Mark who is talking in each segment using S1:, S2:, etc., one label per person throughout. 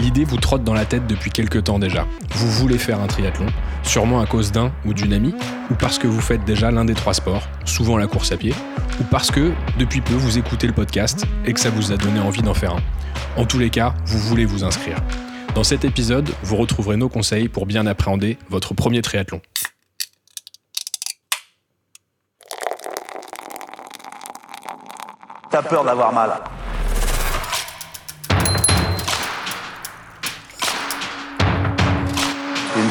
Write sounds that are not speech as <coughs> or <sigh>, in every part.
S1: l'idée vous trotte dans la tête depuis quelques temps déjà. Vous voulez faire un triathlon, sûrement à cause d'un ou d'une amie, ou parce que vous faites déjà l'un des trois sports, souvent la course à pied, ou parce que, depuis peu, vous écoutez le podcast et que ça vous a donné envie d'en faire un. En tous les cas, vous voulez vous inscrire. Dans cet épisode, vous retrouverez nos conseils pour bien appréhender votre premier triathlon.
S2: T'as peur d'avoir mal. C'est une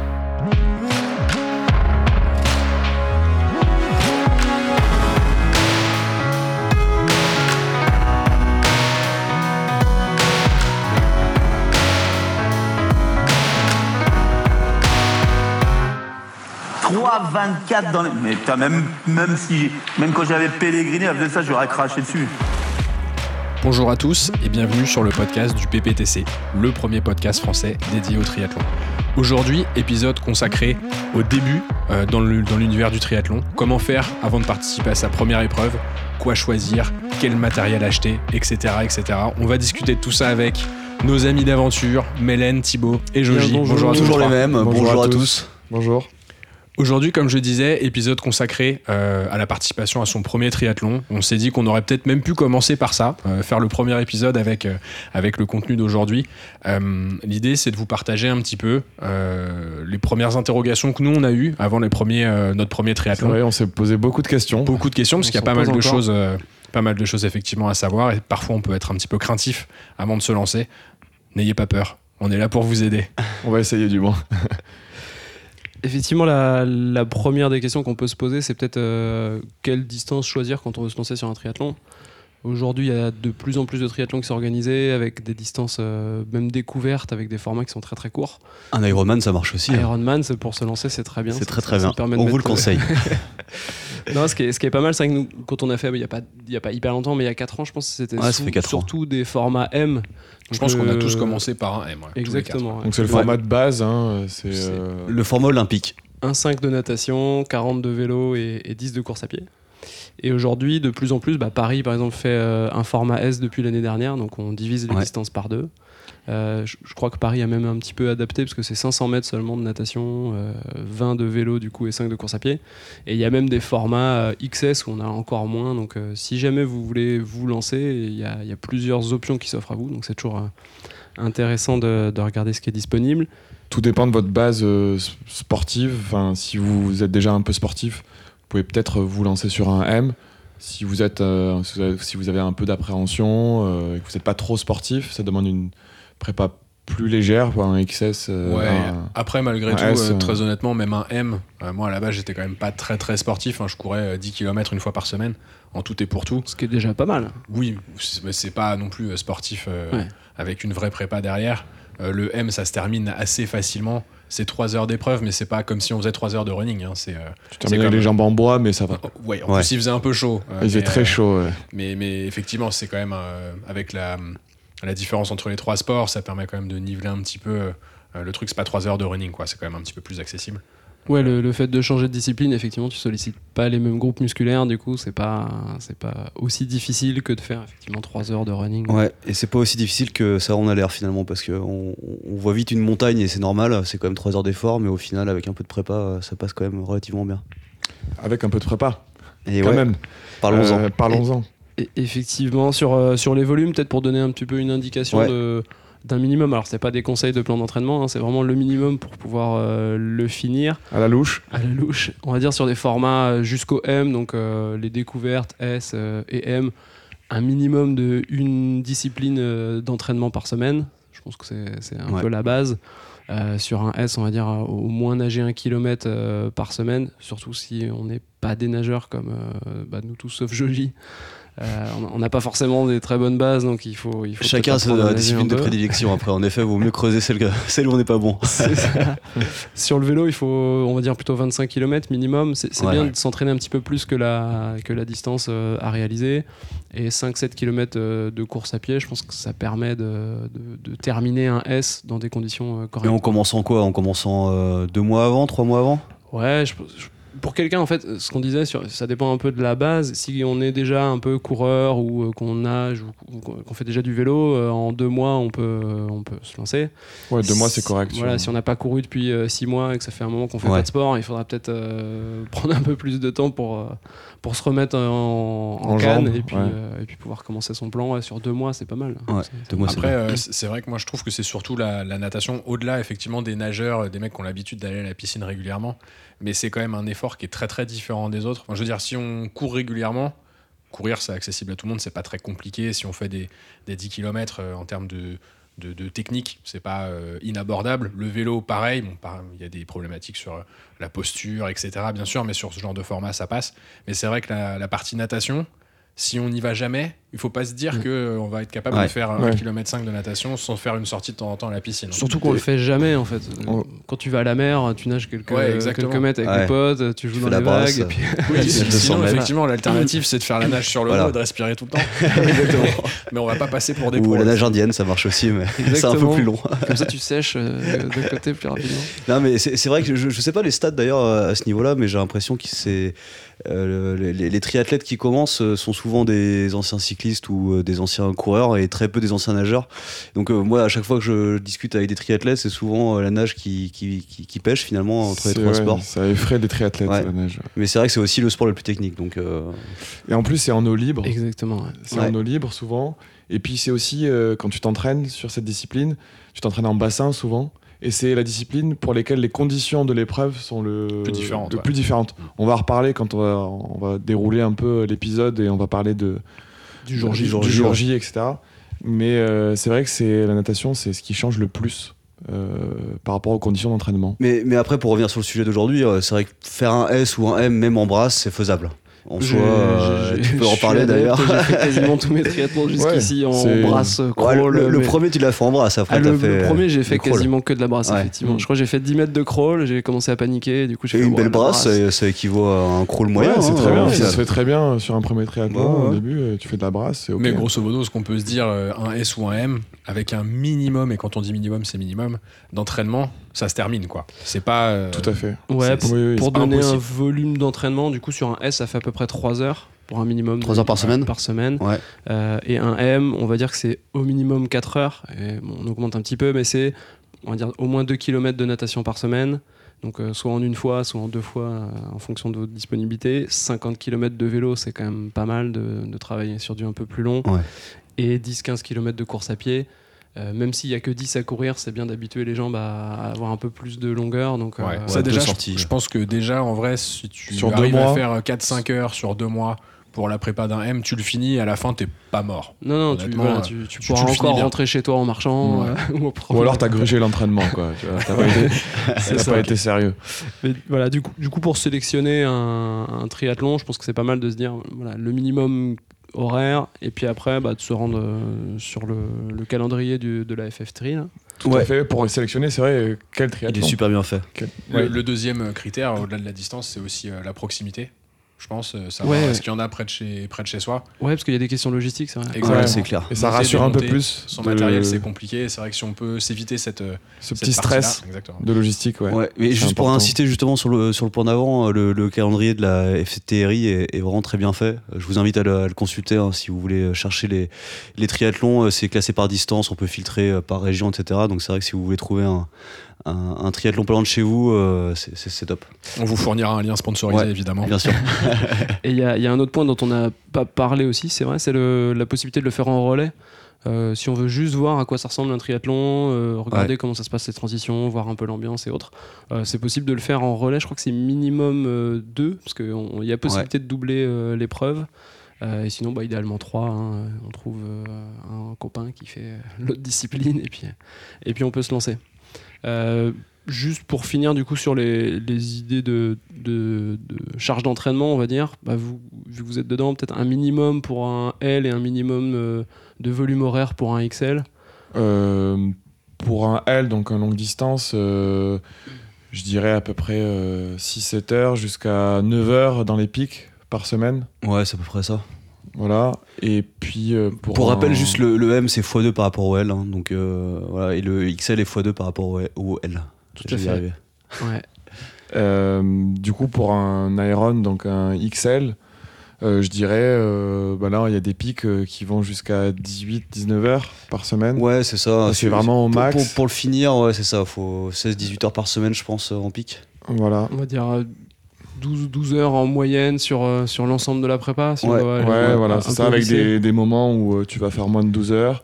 S2: Trois 24 dans les. Mais putain, même, même si. Même quand j'avais pèleriné, à ça, j'aurais craché dessus.
S1: Bonjour à tous et bienvenue sur le podcast du PPTC, le premier podcast français dédié au triathlon. Aujourd'hui, épisode consacré au début euh, dans le- dans l'univers du triathlon, comment faire avant de participer à sa première épreuve, quoi choisir, quel matériel acheter, etc. etc. On va discuter de tout ça avec nos amis d'aventure, Mélène, Thibaut et Joji.
S3: bonjour.
S1: à tous
S3: Toujours
S1: trois.
S3: les mêmes. Bonjour, à, tous.
S4: Bonjour.
S1: Aujourd'hui, comme je disais, épisode consacré euh, à la participation à son premier triathlon. On s'est dit qu'on aurait peut-être même pu commencer par ça, euh, faire le premier épisode avec, euh, avec le contenu d'aujourd'hui. Euh, L'idée, c'est de vous partager un petit peu euh, les premières interrogations que nous, on a eues avant les premiers, euh, notre premier
S4: C'est
S1: triathlon.
S4: vrai, Ah, on s'est posé beaucoup de questions.
S1: Beaucoup de questions, parce
S4: On
S1: qu'il y a
S4: s'en
S1: pas mal de
S4: pose encore.
S1: choses, euh, pas mal de choses effectivement à savoir, et parfois on peut être un petit peu craintif avant de se lancer. N'ayez pas peur, on est là pour vous aider.
S4: On va essayer du moins.
S5: Effectivement, la, la première des questions qu'on peut se poser, c'est peut-être euh, quelle distance choisir quand on veut se lancer sur un triathlon. Aujourd'hui, il y a de plus en plus de triathlons qui sont organisés avec des distances euh, même découvertes, avec des formats qui sont très très courts.
S3: Un Ironman, ça marche aussi. hein.
S5: Ironman, c'est- pour se lancer, c'est très bien.
S3: C'est
S5: Ça-
S3: très
S5: ça-
S3: très
S5: ça
S3: bien.
S5: permet de
S3: On vous le
S5: mettre, euh, <laughs>
S3: conseille.
S5: Non, ce qui est, ce qui est pas mal, c'est que nous, quand on a fait, il n'y a, pas- il y a pas hyper longtemps, mais il y a 4 ans, je pense, c'était
S3: Ouais, ça
S5: sous-
S3: fait quatre ans.
S5: surtout des formats M. Donc,
S1: Je pense qu'on a
S5: euh,
S1: tous commencé par un M. ouais, tous les quatre.
S5: Exactement. ouais.
S4: Donc c'est le
S5: Ouais.
S4: format de base. hein, C'est
S5: C'est
S4: euh,
S3: Le format olympique.
S5: 1,5 de natation, 40 de vélo et, et 10 de course à pied. Et aujourd'hui, de plus en plus, bah, Paris, par exemple, fait euh, un format S depuis l'année dernière, donc on divise les
S3: Ouais.
S5: distances par deux. Euh, je, je crois que Paris a même un petit peu adapté, parce que c'est 500 mètres seulement de natation, euh, 20 de vélo du coup et 5 de course à pied. Et il y a même des formats euh, XS où on a encore moins, donc euh, si jamais vous voulez vous lancer, il y, a- il y a plusieurs options qui s'offrent à vous, donc c'est toujours euh, intéressant de- de regarder ce qui est disponible.
S4: tout dépend de votre base euh, s- sportive. Enfin, si vous êtes déjà un peu sportif, vous pouvez peut-être vous lancer sur un M. Si vous êtes, euh, si vous avez- si vous avez un peu d'appréhension euh, et que vous n'êtes pas trop sportif, ça demande une prépa plus légère, quoi, un XS. euh,
S1: Ouais.
S4: un-
S1: Après, malgré
S4: un
S1: tout,
S4: S,
S1: euh,
S4: euh.
S1: très honnêtement, même un M, euh, moi à la base, j'étais quand même pas très très sportif. hein. je courais euh, 10 km une fois par semaine, en tout et pour tout.
S5: Ce qui est déjà pas mal.
S1: Oui, c'est- mais c'est pas non plus euh, sportif euh,
S5: Ouais.
S1: avec une vraie prépa derrière. Euh, le M, ça se termine assez facilement. C'est 3 heures d'épreuve, mais c'est pas comme si on faisait 3 heures de running. hein. c'est, euh,
S4: Tu termines avec
S1: comme-
S4: les jambes en bois, mais ça va.
S1: oh, ouais, en
S3: Ouais.
S1: plus, il faisait un peu chaud. euh,
S4: Il fait
S1: mais,
S4: très
S1: euh,
S4: chaud. ouais.
S1: mais, mais effectivement, c'est quand même euh, avec la, la différence entre les trois sports, ça permet quand même de niveler un petit peu. euh, le truc, c'est pas 3 heures de running, quoi. C'est quand même un petit peu plus accessible.
S5: Ouais, le, le fait de changer de discipline, effectivement, tu sollicites pas les mêmes groupes musculaires, du coup, c'est pas c'est pas aussi difficile que de faire effectivement 3 heures de running.
S3: Ouais, et c'est pas aussi difficile que ça en a l'air finalement, parce qu'on on voit vite une montagne et c'est normal, c'est quand même 3 heures d'effort, mais au final, avec un peu de prépa, ça passe quand même relativement bien.
S4: Avec un peu de prépa,
S3: Et
S4: quand
S3: ouais,
S4: même.
S3: parlons-en.
S4: Euh, parlons-en.
S5: Et effectivement, sur, euh, sur les volumes, peut-être pour donner un petit peu une indication
S3: Ouais.
S5: de d'un minimum. Alors, c'est pas des conseils de plan d'entraînement, hein, c'est vraiment le minimum pour pouvoir euh, le finir
S4: À la louche.
S5: à la louche. On va dire sur des formats euh, jusqu'au M, donc euh, les découvertes S euh, et M, un minimum de une discipline euh, d'entraînement par semaine. Je pense que c'est c'est un
S3: Ouais.
S5: peu la base. Euh, sur un S, on va dire euh, au moins nager un kilomètre euh, par semaine, surtout si on n'est pas des nageurs comme euh, bah, nous tous sauf Joji. Euh, on- on n'a pas forcément des très bonnes bases, donc il faut. Il faut
S3: Chacun a
S5: peut-être apprendre à
S3: sa
S5: nager un
S3: discipline de
S5: peu.
S3: prédilection. Après, en effet,
S5: <laughs>
S3: vaut mieux creuser celle, que- celle où on n'est pas bon.
S5: C'est ça. <laughs> Sur le vélo, il faut, on va dire, plutôt 25 km minimum. C'est c'est
S3: Ouais,
S5: bien
S3: ouais.
S5: de s'entraîner un petit peu plus que la, que la distance euh, à réaliser. Et 5-7 km de course à pied, je pense que ça permet de, de- de terminer un S dans des conditions euh,
S3: Mais
S5: correctes.
S3: en commençant quoi En commençant euh, deux mois avant, trois mois avant
S5: Ouais, je- je- pour quelqu'un, en fait, ce qu'on disait, sur, ça dépend un peu de la base. Si on est déjà un peu coureur ou euh, qu'on nage ou, ou qu'on qu'on fait déjà du vélo, euh, en deux mois, on peut, on peut se lancer.
S4: Ouais, deux mois, c'est correct.
S5: Voilà,
S4: tu
S5: si on n'a pas couru depuis 6 mois et que ça fait un moment qu'on fait
S3: Ouais.
S5: pas de sport, il faudra peut-être euh, <laughs> prendre un peu plus de temps pour, euh, pour se remettre euh, en, en
S4: En
S5: canne
S4: jambes,
S5: et, puis,
S4: ouais.
S5: euh, et puis pouvoir commencer son plan ouais, sur deux mois, c'est pas mal.
S3: Ouais,
S5: C'est-
S3: deux mois, c'est
S1: Après, euh, c'est c'est vrai que moi je trouve que c'est surtout la, la natation, au-delà effectivement des nageurs, euh, des mecs qui ont l'habitude d'aller à la piscine régulièrement, mais c'est quand même un effort qui est très très différent des autres. Enfin, je veux dire, si on court régulièrement, courir c'est accessible à tout le monde, c'est pas très compliqué. Si on fait des, des 10 km en termes de, de, de technique, c'est pas euh, inabordable. Le vélo, pareil, bon, par- il y a des problématiques sur euh, la posture, etc. Bien sûr, mais sur ce genre de format, ça passe. Mais c'est vrai que la, la partie natation, si on n'y va jamais, il faut pas se dire
S5: Mm.
S1: que euh, on va être capable
S3: Ouais.
S1: de faire
S4: Ouais.
S1: 1,5 km de natation sans faire une sortie de temps en temps à la piscine.
S5: Surtout qu'on le fait jamais en fait.
S4: On-
S5: Quand tu vas à la mer, tu nages quelques,
S1: Ouais, exactement.
S5: quelques mètres avec
S3: Ouais.
S5: les potes, tu joues
S3: fais
S5: dans
S3: la
S5: les
S3: brasse.
S5: vagues. Et
S3: <laughs>
S5: puis...
S1: Oui,
S3: c'est
S1: sinon,
S3: 200 mètres.
S1: effectivement, l'alternative, c'est de faire la nage sur le
S3: Voilà.
S1: dos et de respirer tout le temps.
S3: <laughs>
S1: mais on va pas passer pour des
S3: Ou
S1: pros.
S3: la nage indienne, ça marche aussi, mais <laughs> c'est un peu
S5: Exactement.
S3: plus long.
S5: Comme ça, tu sèches euh, d'un côté plus rapidement.
S3: Non, mais c'est c'est vrai que je, je sais pas les stats d'ailleurs euh, à ce niveau-là, mais j'ai l'impression que c'est euh, le- les, les triathlètes qui commencent euh, sont souvent des anciens cyclistes ou euh, des anciens coureurs et très peu des anciens nageurs. Donc euh, moi, à chaque fois que je discute avec des triathlètes, c'est souvent euh, la nage qui, qui, qui- qui pêche finalement entre les
S4: C'est-
S3: trois
S4: ouais,
S3: sports.
S4: Ça effraie les triathlètes,
S3: Ouais.
S4: la neige.
S3: Mais c'est vrai que c'est aussi le sport le plus technique. Donc euh,
S4: Et en plus, c'est en eau libre.
S5: Exactement. ouais.
S4: C'est
S3: Ouais.
S4: en eau libre souvent. Et puis c'est aussi euh, quand tu t'entraînes sur cette discipline, tu t'entraînes en bassin souvent. Et c'est la discipline pour lesquelles les conditions de l'épreuve sont le
S1: Plus différentes,
S4: le
S1: ouais.
S4: plus différentes.
S3: Mm.
S4: On va reparler quand on va, on va dérouler un peu l'épisode et on va parler de
S5: Du
S3: jour J,
S4: du
S3: jour J,
S4: jour
S3: ouais.
S4: J, etc. Mais euh, c'est vrai que c'est la natation, c'est ce qui change le plus euh, par rapport aux conditions d'entraînement.
S3: Mais, mais après, pour revenir sur le sujet d'aujourd'hui, euh, c'est vrai que faire un S ou un M, même en brasse, c'est faisable. En
S5: J'ai-
S3: soi, euh,
S5: j'ai-
S3: tu peux
S5: je
S3: en
S5: suis
S3: parler
S5: adepte,
S3: d'ailleurs.
S5: J'ai fait quasiment tous mes triathlons jusqu'ici en
S4: c'est-
S5: brasse,
S3: <laughs> Ouais, le,
S5: crawl.
S3: le
S5: mais-
S3: premier, tu l'as fait en brasse. Après,
S5: Ah,
S3: t'as
S5: le,
S3: fait,
S5: le premier, j'ai
S3: du
S5: fait
S3: crawl.
S5: quasiment que de la brasse,
S3: Ouais.
S5: effectivement.
S4: Mm.
S5: Je crois que j'ai fait 10 mètres de crawl, j'ai commencé à paniquer, du coup j'ai
S3: Et
S5: fait
S3: une
S5: bon,
S3: belle
S5: la
S3: brasse,
S4: ah,
S3: euh, ça équivaut à un crawl moyen.
S4: Ouais, c'est
S3: hein,
S4: très bien.
S3: au
S4: Ça
S3: final.
S4: se fait très bien euh, sur un premier triathlon.
S3: Ouais, ouais.
S4: Au début, euh, tu fais de la brasse. c'est ok.
S1: Mais grosso modo, ce qu'on peut se dire, euh, un S ou un M, avec un minimum, et quand on dit minimum, c'est minimum, d'entraînement, ça se termine, quoi. C'est pas. euh,
S4: Tout à fait.
S5: Ouais,
S4: C'est-
S5: pour,
S4: oui, oui,
S5: pour
S4: c'est pas
S5: donner un
S4: impossible.
S5: volume d'entraînement, du coup sur un S, ça fait à peu près 3 heures pour un minimum. de-
S3: Trois heures par semaine
S5: Par semaine.
S3: Ouais.
S5: Euh, et un M, on va dire que c'est au minimum 4 heures. Et bon, on augmente un petit peu, mais c'est on va dire au moins 2 km de natation par semaine. Donc euh, soit en une fois, soit en deux fois, euh, en fonction de votre disponibilité. 50 km de vélo, c'est quand même pas mal de, de travailler sur du un peu plus long.
S3: Ouais.
S5: Et 10-15 km de course à pied. Euh, même s'il n'y a que 10 à courir, c'est bien d'habituer les jambes à, à avoir un peu plus de longueur. Donc, euh,
S1: Ouais.
S3: Ouais,
S1: ça
S3: deux
S1: déjà, je,
S3: sorties.
S1: je pense que déjà en vrai, si tu
S4: Sur deux
S1: arrives à
S4: mois.
S1: faire 4-5 heures sur deux mois pour la prépa d'un M, tu le finis, à la fin t'es pas mort.
S5: Non, non, tu,
S1: Honnêtement,
S5: voilà,
S1: euh,
S5: tu, tu
S1: tu-
S5: pourras
S1: tu le finis
S5: encore
S1: bien.
S5: rentrer chez toi en marchant.
S1: Ouais.
S5: euh, <laughs> ou, en prenant-
S4: Ou alors t'as grugé l'entraînement, quoi. Tu vois, T'as pas
S3: <laughs>
S4: été-
S5: C'est
S4: t'as
S5: ça.
S4: pas été sérieux.
S5: Mais voilà, du coup, du coup, pour sélectionner un, un triathlon, je pense que c'est pas mal de se dire voilà, le minimum horaire et puis après bah, de se rendre euh, sur le, le calendrier du- de la FF3. là.
S4: Tout à
S3: Ouais.
S4: fait. Pour sélectionner, c'est vrai, euh, quel triathlon
S3: Il est super bien fait.
S4: Quel-
S1: Le,
S4: Ouais.
S1: le deuxième euh, critère, au-delà de la distance, c'est aussi euh, la proximité. Je pense, euh, ça
S5: Ouais, ouais.
S1: est-ce qu'il y en a près de chez, près de chez soi
S5: Ouais, parce qu'il y a des questions logistiques, c'est vrai.
S1: Exact.
S3: Ouais,
S4: Ouais.
S3: c'est clair.
S4: Et ça
S1: Monter,
S4: rassure un peu
S1: démonter,
S4: plus.
S1: Son
S4: de-
S1: matériel, c'est compliqué. C'est vrai que si on peut s'éviter cette, euh,
S4: Ce
S1: cette
S4: petit
S1: partie-là-
S4: stress
S1: Exactement.
S4: de logistique, ouais.
S3: Ouais, mais
S4: C'est
S3: juste pour
S4: important.
S3: inciter justement sur le, sur le point d'avant, euh, le, le calendrier de la FTRI est, est vraiment très bien fait. Euh, Je vous invite à le, à le consulter hein, si vous voulez euh, chercher les, les triathlons. euh, C'est classé par distance, on peut filtrer euh, par région, etc. Donc c'est vrai que si vous voulez trouver un, un, un triathlon pas loin de chez vous, euh, c'est- c'est c'est top.
S1: On vous fournira un lien sponsorisé,
S3: Ouais.
S1: évidemment.
S3: Bien sûr.
S5: Et il y, a il y a un autre point dont on n'a pas parlé aussi, c'est vrai, c'est le- la possibilité de le faire en relais. Euh, si on veut juste voir à quoi ça ressemble un triathlon, euh, regarder comment ça se passe les transitions, voir un peu l'ambiance et autres, euh, c'est possible de le faire en relais. Je crois que c'est minimum 2, parce qu'il y a possibilité de doubler euh, l'épreuve. Euh, et sinon, bah, idéalement 3. on trouve euh, un copain qui fait euh, l'autre discipline et puis, et puis on peut se lancer. Euh, juste pour finir du coup sur les, les idées de, de, de charge d'entraînement, on va dire, bah, vous, vu que vous êtes dedans, peut-être un minimum pour un L et un minimum euh, de volume horaire pour un XL
S4: Euh, pour un L, donc un longue distance, euh, je dirais à peu près 6-7 heures jusqu'à 9 heures dans les pics par semaine.
S3: Ouais, c'est à peu près ça.
S4: Voilà. Et puis euh, pour.
S3: Pour, rappel,
S4: un-
S3: juste le, le M, c'est x2 par rapport au L. hein, donc euh, voilà, et le XL est x2 par rapport au au L.
S5: Tout à
S3: Je vais y
S5: fait.
S3: arriver.
S5: Ouais.
S4: Euh, du coup, pour un Iron, donc un XL, euh, je dirais, euh, bah là, il y a des pics euh, qui vont jusqu'à 18-19 heures par semaine.
S3: Ouais, c'est ça.
S4: Ah, C'est vraiment au
S3: pour-
S4: max.
S3: Pour, pour le finir, ouais, c'est ça. Faut 16-18 heures par semaine, je pense, euh, en pic.
S4: Voilà.
S5: On va dire euh, 12, 12 heures en moyenne sur, euh, sur l'ensemble de la prépa. si on
S3: Ouais.
S5: doit
S4: Ouais,
S5: aller, euh, un
S4: voilà, c'est
S5: peu
S4: ça, avec
S5: glisser.
S4: des, des moments où euh, tu vas faire moins de 12 heures,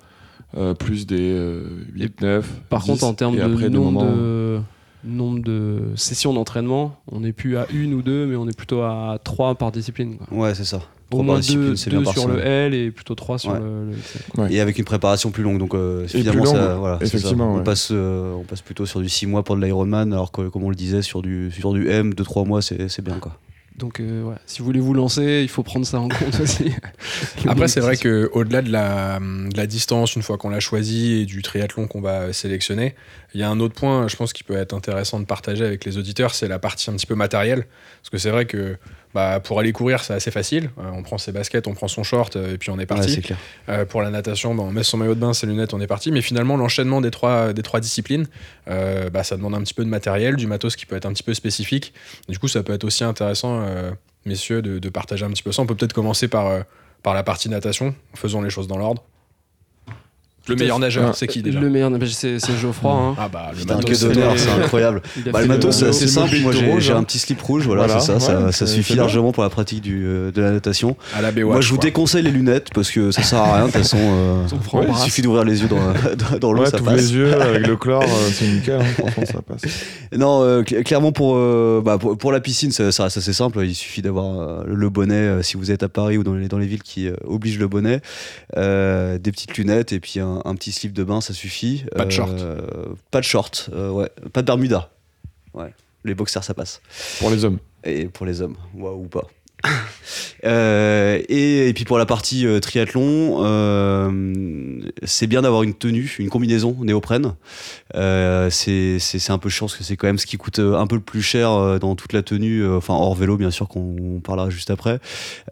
S4: euh, plus des euh, 8, 9.
S5: Par
S4: 10,
S5: contre, en termes
S4: et
S5: de
S4: après, des
S5: nombre,
S4: moments-
S5: de nombre de sessions d'entraînement, on n'est plus à une ou deux, mais on est plutôt à trois par discipline. quoi.
S3: Ouais, c'est ça. Trois
S5: Au
S3: par
S5: moins
S3: discipline,
S5: deux,
S3: c'est
S5: deux
S3: bien par
S5: sur le L
S3: semaine.
S5: et plutôt trois sur
S3: Ouais.
S5: le, le XL.
S3: Et avec une préparation plus longue. Donc euh,
S4: plus
S3: finalement, ça,
S4: longue,
S3: voilà, c'est ça.
S4: effectivement,
S3: On,
S4: ouais.
S3: passe, euh, on passe plutôt sur du 6 mois pour de l'Ironman, alors que, comme on le disait, sur du, sur du M, 2-3 mois, c'est c'est bien. Quoi.
S5: Donc, euh, ouais, si vous voulez vous lancer, il faut prendre ça en compte aussi.
S1: Après, c'est vrai que au delà de la, de la distance, une fois qu'on l'a choisi et du triathlon qu'on va sélectionner, il y a un autre point, je pense, qui peut être intéressant de partager avec les auditeurs, c'est la partie un petit peu matérielle. Parce que c'est vrai que bah, pour aller courir, c'est assez facile. Euh, on prend ses baskets, on prend son short euh, et puis on est
S3: Ouais,
S1: parti.
S3: c'est clair.
S1: Euh, pour la natation, bah, on met son maillot de bain, ses lunettes, on est parti. Mais finalement, l'enchaînement des trois, des trois disciplines, euh, bah, ça demande un petit peu de matériel, du matos qui peut être un petit peu spécifique. Du coup, ça peut être aussi intéressant, euh, messieurs, de, de partager un petit peu ça. On peut peut-être commencer par, euh, par la partie natation, en faisant les choses dans l'ordre. Le
S5: à
S1: meilleur
S5: fait.
S1: nageur,
S4: Ouais.
S1: c'est qui déjà
S5: Le meilleur, bah, c'est c'est Geoffroy. hein.
S1: Ah bah, le
S3: Putain,
S1: matos.
S3: que d'honneur,
S5: c'est-
S3: c'est incroyable.
S5: Il a
S3: Bah, le
S5: fait
S3: matos,
S4: Mmh. le-
S3: c'est assez
S4: le
S3: simple.
S4: mobile
S3: Moi,
S4: de
S3: j'ai
S4: rouge,
S3: j'ai
S4: hein.
S3: un petit slip rouge, voilà,
S4: Voilà,
S3: c'est ça,
S4: ouais,
S3: ça, ça
S4: c'est-
S3: suffit
S4: c'est bien.
S3: largement pour la pratique du, euh, de la natation.
S1: À la Baywatch,
S3: Moi, je vous
S1: quoi.
S3: déconseille les lunettes parce que ça sert à rien. De toute façon, euh,
S5: On prend
S4: Ouais,
S3: il
S5: bras.
S3: suffit d'ouvrir les yeux dans, <laughs> dans- dans l'eau,
S4: Ouais,
S3: ça
S4: t'ouvres
S3: passe.
S4: les yeux avec le chlore, <laughs> euh, c'est nickel, hein, franchement, ça passe.
S3: Non, euh, cl- clairement pour, euh, bah, pour pour la piscine, ça, ça reste assez simple. Il suffit d'avoir euh, le bonnet euh, si vous êtes à Paris ou dans les dans les villes qui euh, obligent le bonnet, Euh, des petites lunettes et puis un, un petit slip de bain, ça suffit.
S1: Pas de short.
S3: Euh, Pas de short. euh, ouais. Pas de Bermuda. Ouais. Les boxers, ça passe.
S4: Pour les hommes.
S3: Et pour les hommes, waouh ou pas. <laughs> Euh, et, et puis pour la partie euh, triathlon, euh, c'est bien d'avoir une tenue, une combinaison néoprène. Euh, c'est c'est- c'est un peu chiant parce que c'est quand même ce qui coûte euh, un peu le plus cher euh, dans toute la tenue, euh, enfin hors vélo bien sûr qu'on parlera juste après.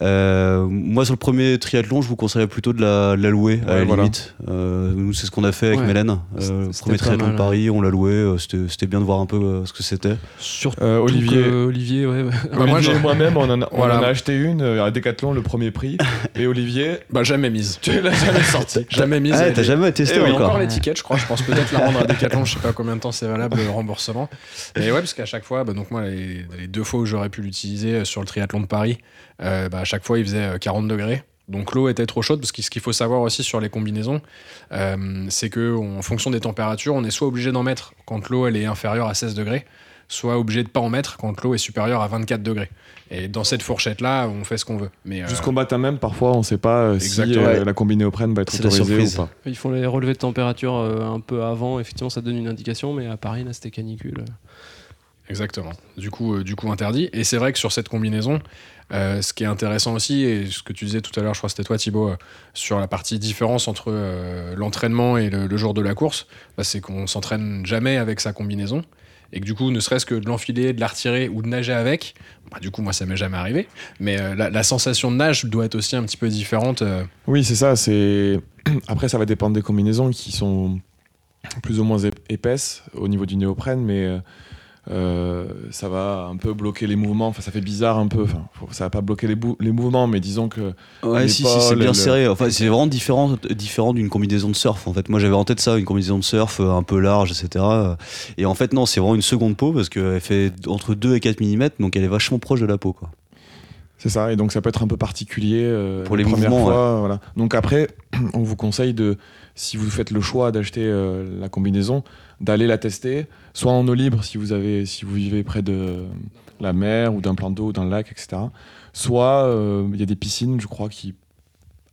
S3: Euh, moi sur le premier triathlon, je vous conseillerais plutôt de la, de la louer à
S4: Ouais,
S3: la
S4: voilà.
S3: limite. Euh, nous c'est ce qu'on a fait avec
S5: Ouais.
S3: Mélène. Euh,
S5: C'était
S3: premier
S5: pas
S3: triathlon
S5: mal,
S3: de
S5: ouais.
S3: Paris, on l'a loué. euh, C'était c'était bien de voir un peu euh, ce que c'était.
S5: Surtout
S4: Euh, Olivier.
S5: que Olivier, ouais. ouais.
S1: Bah, moi,
S4: Olivier
S1: je-
S4: et moi-même, on, en a- on
S1: Voilà.
S4: en a acheté une euh, à Decathlon, le premier <laughs> prix. Et Olivier,
S1: Bah, jamais mise.
S4: tu l'as jamais sorti.
S1: Jamais mise.
S3: Ah,
S1: elle
S3: t'as
S1: est-
S3: jamais
S1: Eh
S3: testé
S1: oui,
S3: encore.
S1: encore l'étiquette, je crois. Je pense peut-être la rendre à Decathlon. Je sais pas combien de temps c'est valable le remboursement. Mais ouais, parce qu'à chaque fois, bah, donc moi, les, les deux fois où j'aurais pu l'utiliser euh, sur le triathlon de Paris, euh, bah, à chaque fois, il faisait euh, 40 degrés. Donc l'eau était trop chaude parce que ce qu'il faut savoir aussi sur les combinaisons, euh, c'est que on- en fonction des températures, on est soit obligé d'en mettre quand l'eau elle est inférieure à 16 degrés, soit obligé de pas en mettre quand l'eau est supérieure à 24 degrés. Et dans cette fourchette là, on fait ce qu'on veut. Mais euh,
S4: Jusqu'au matin même, parfois, on sait pas euh, si
S1: Exactement.
S4: euh, la combinéoprène va être
S3: C'est la
S4: autorisée
S3: surprise.
S4: ou pas.
S5: Ils font les relevés de température euh, un peu avant, effectivement ça donne une indication, mais à Paris là c'était canicule.
S1: Exactement. Du coup, euh, du coup interdit. Et c'est vrai que sur cette combinaison, euh, ce qui est intéressant aussi, et ce que tu disais tout à l'heure, je crois que c'était toi Thibaut, euh, sur la partie différence entre euh, l'entraînement et le, le jour de la course, bah, c'est qu'on s'entraîne jamais avec sa combinaison. Et que du coup, ne serait-ce que de l'enfiler, de la retirer ou de nager avec, bah, du coup, moi, ça m'est jamais arrivé. Mais euh, la, la sensation de nage doit être aussi un petit peu différente. euh,
S4: Oui, c'est ça. C'est <clears throat> après, ça va dépendre des combinaisons qui sont plus ou moins ép- épaisses au niveau du néoprène, mais euh, euh, ça va un peu bloquer les mouvements. Enfin, ça fait bizarre un peu. Enfin, faut- ça va pas bloquer les, bou- les mouvements, mais disons que
S3: Ouais,
S4: Les
S3: si, si, c'est
S4: pôles,
S3: bien
S4: le-
S3: serré. Enfin, c'est vraiment différent, différent d'une combinaison de surf. En fait, moi, j'avais en tête ça, une combinaison de surf euh, un peu large, etc. Et en fait, non, c'est vraiment une seconde peau parce qu'elle fait entre 2 et 4 mm, donc elle est vachement proche de la peau. Quoi.
S4: c'est ça. Et donc, ça peut être un peu particulier euh,
S3: Pour les
S4: la première
S3: mouvements,
S4: fois, voilà. Donc après, <clears throat> on vous conseille de, si vous faites le choix d'acheter euh, la combinaison, d'aller la tester, soit en eau libre si vous avez, si vous vivez près de euh, la mer ou d'un plan d'eau ou d'un lac, etc. Soit euh, il y a des piscines, je crois, qui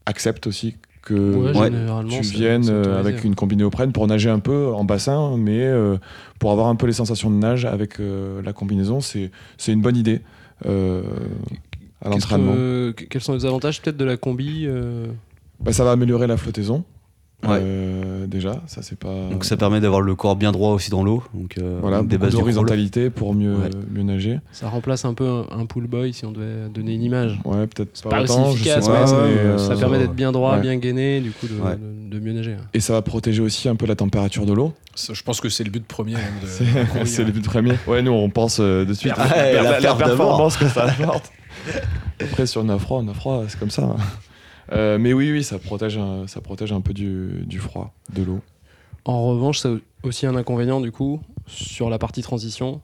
S4: acceptent aussi que
S5: généralement.
S4: Euh, tu
S5: c'est-
S4: viennes
S5: c'est
S4: euh,
S5: autorisé, hein.
S4: avec
S5: ouais.
S4: une combinaison pour nager un peu en bassin, mais euh, pour avoir un peu les sensations de nage avec euh, la combinaison, c'est c'est une bonne idée. Euh, à
S5: Qu'est-ce
S4: l'entraînement.
S5: que- que- quels sont les avantages peut-être de la combi euh,
S4: Bah, ça va améliorer la flottaison.
S3: Ouais.
S4: Euh, déjà, ça c'est pas.
S3: Donc ça permet d'avoir le corps bien droit aussi dans l'eau. Donc euh,
S4: voilà,
S3: des
S4: des
S3: bases du crawl.
S4: d'horizontalité pour mieux,
S3: Ouais.
S4: mieux nager.
S5: Ça remplace un peu un, un pool boy si on devait donner une image.
S4: Ouais, peut-être pas,
S5: pas aussi
S4: autant, je
S5: efficace,
S4: sais
S3: ouais,
S4: pas,
S3: ouais,
S4: mais,
S3: ouais,
S4: euh,
S5: Ça permet d'être bien droit,
S4: ouais.
S5: bien gainé, du coup de,
S3: Ouais.
S5: de- de mieux nager.
S4: Et ça va protéger aussi un peu la température de l'eau. <laughs>
S1: Ça, je pense que c'est le but premier. hein, de-
S4: C'est
S1: de courir.
S4: c'est le but premier. Ouais, nous on pense euh, de suite. <laughs>
S3: Ah, ouais, la perf
S4: performance que ça apporte. Après, sur Nafroid, Nafroid, c'est comme ça. <laughs> hein. Euh, mais oui, oui, ça protège, un- ça protège un peu du, du froid, de l'eau.
S5: En revanche, c'est aussi un inconvénient du coup sur la partie transition.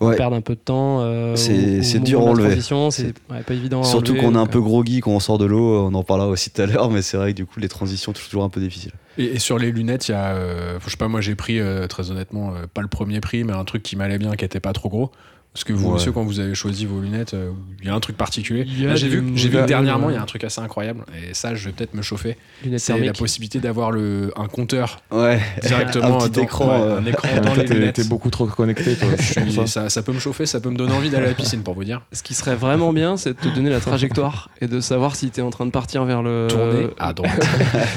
S3: Ouais.
S5: Perdre un peu de temps. euh,
S3: C'est-
S5: au- au
S3: c'est
S5: moment
S3: dur
S5: de la
S3: à enlever.
S5: Transition, c'est ouais, pas évident. à
S3: Surtout
S5: enlever, euh,
S3: qu'on est un
S5: donc,
S3: peu groggy quand on sort de l'eau, on en parlera aussi tout à l'heure, mais c'est vrai que du coup les transitions sont toujours un peu difficiles.
S1: Et, et sur les lunettes, il y a. euh, je sais pas, moi j'ai pris, euh, très honnêtement, euh, pas le premier prix, mais un truc qui m'allait bien, qui était pas trop gros. Parce que vous,
S3: Ouais.
S1: monsieur, quand vous avez choisi vos lunettes, euh, il y a un truc particulier.
S5: Il y a
S1: Là, j'ai
S5: des
S1: vu, j'ai vu
S5: nouvelles,
S1: que dernièrement,
S5: euh,
S1: il y a un truc assez incroyable. Et ça, je vais peut-être me chauffer.
S5: lunettes
S1: C'est la
S5: thermiques.
S1: possibilité d'avoir le, un compteur
S3: Ouais.
S1: directement
S3: Un petit
S1: dans-
S3: écran,
S1: ouais,
S3: euh,
S1: un écran
S4: <laughs> En
S1: dans les
S4: fait, t'es-
S1: lunettes.
S4: t'es beaucoup euh, trop connecté. Toi,
S1: <laughs> Je suis-
S4: Pour ça.
S1: ça, ça peut me chauffer, ça peut me donner envie d'aller à la piscine pour vous dire.
S5: Ce qui serait vraiment bien, c'est de te donner la <laughs> trajectoire et de savoir si t'es en train de partir vers le
S1: Tourner à droite.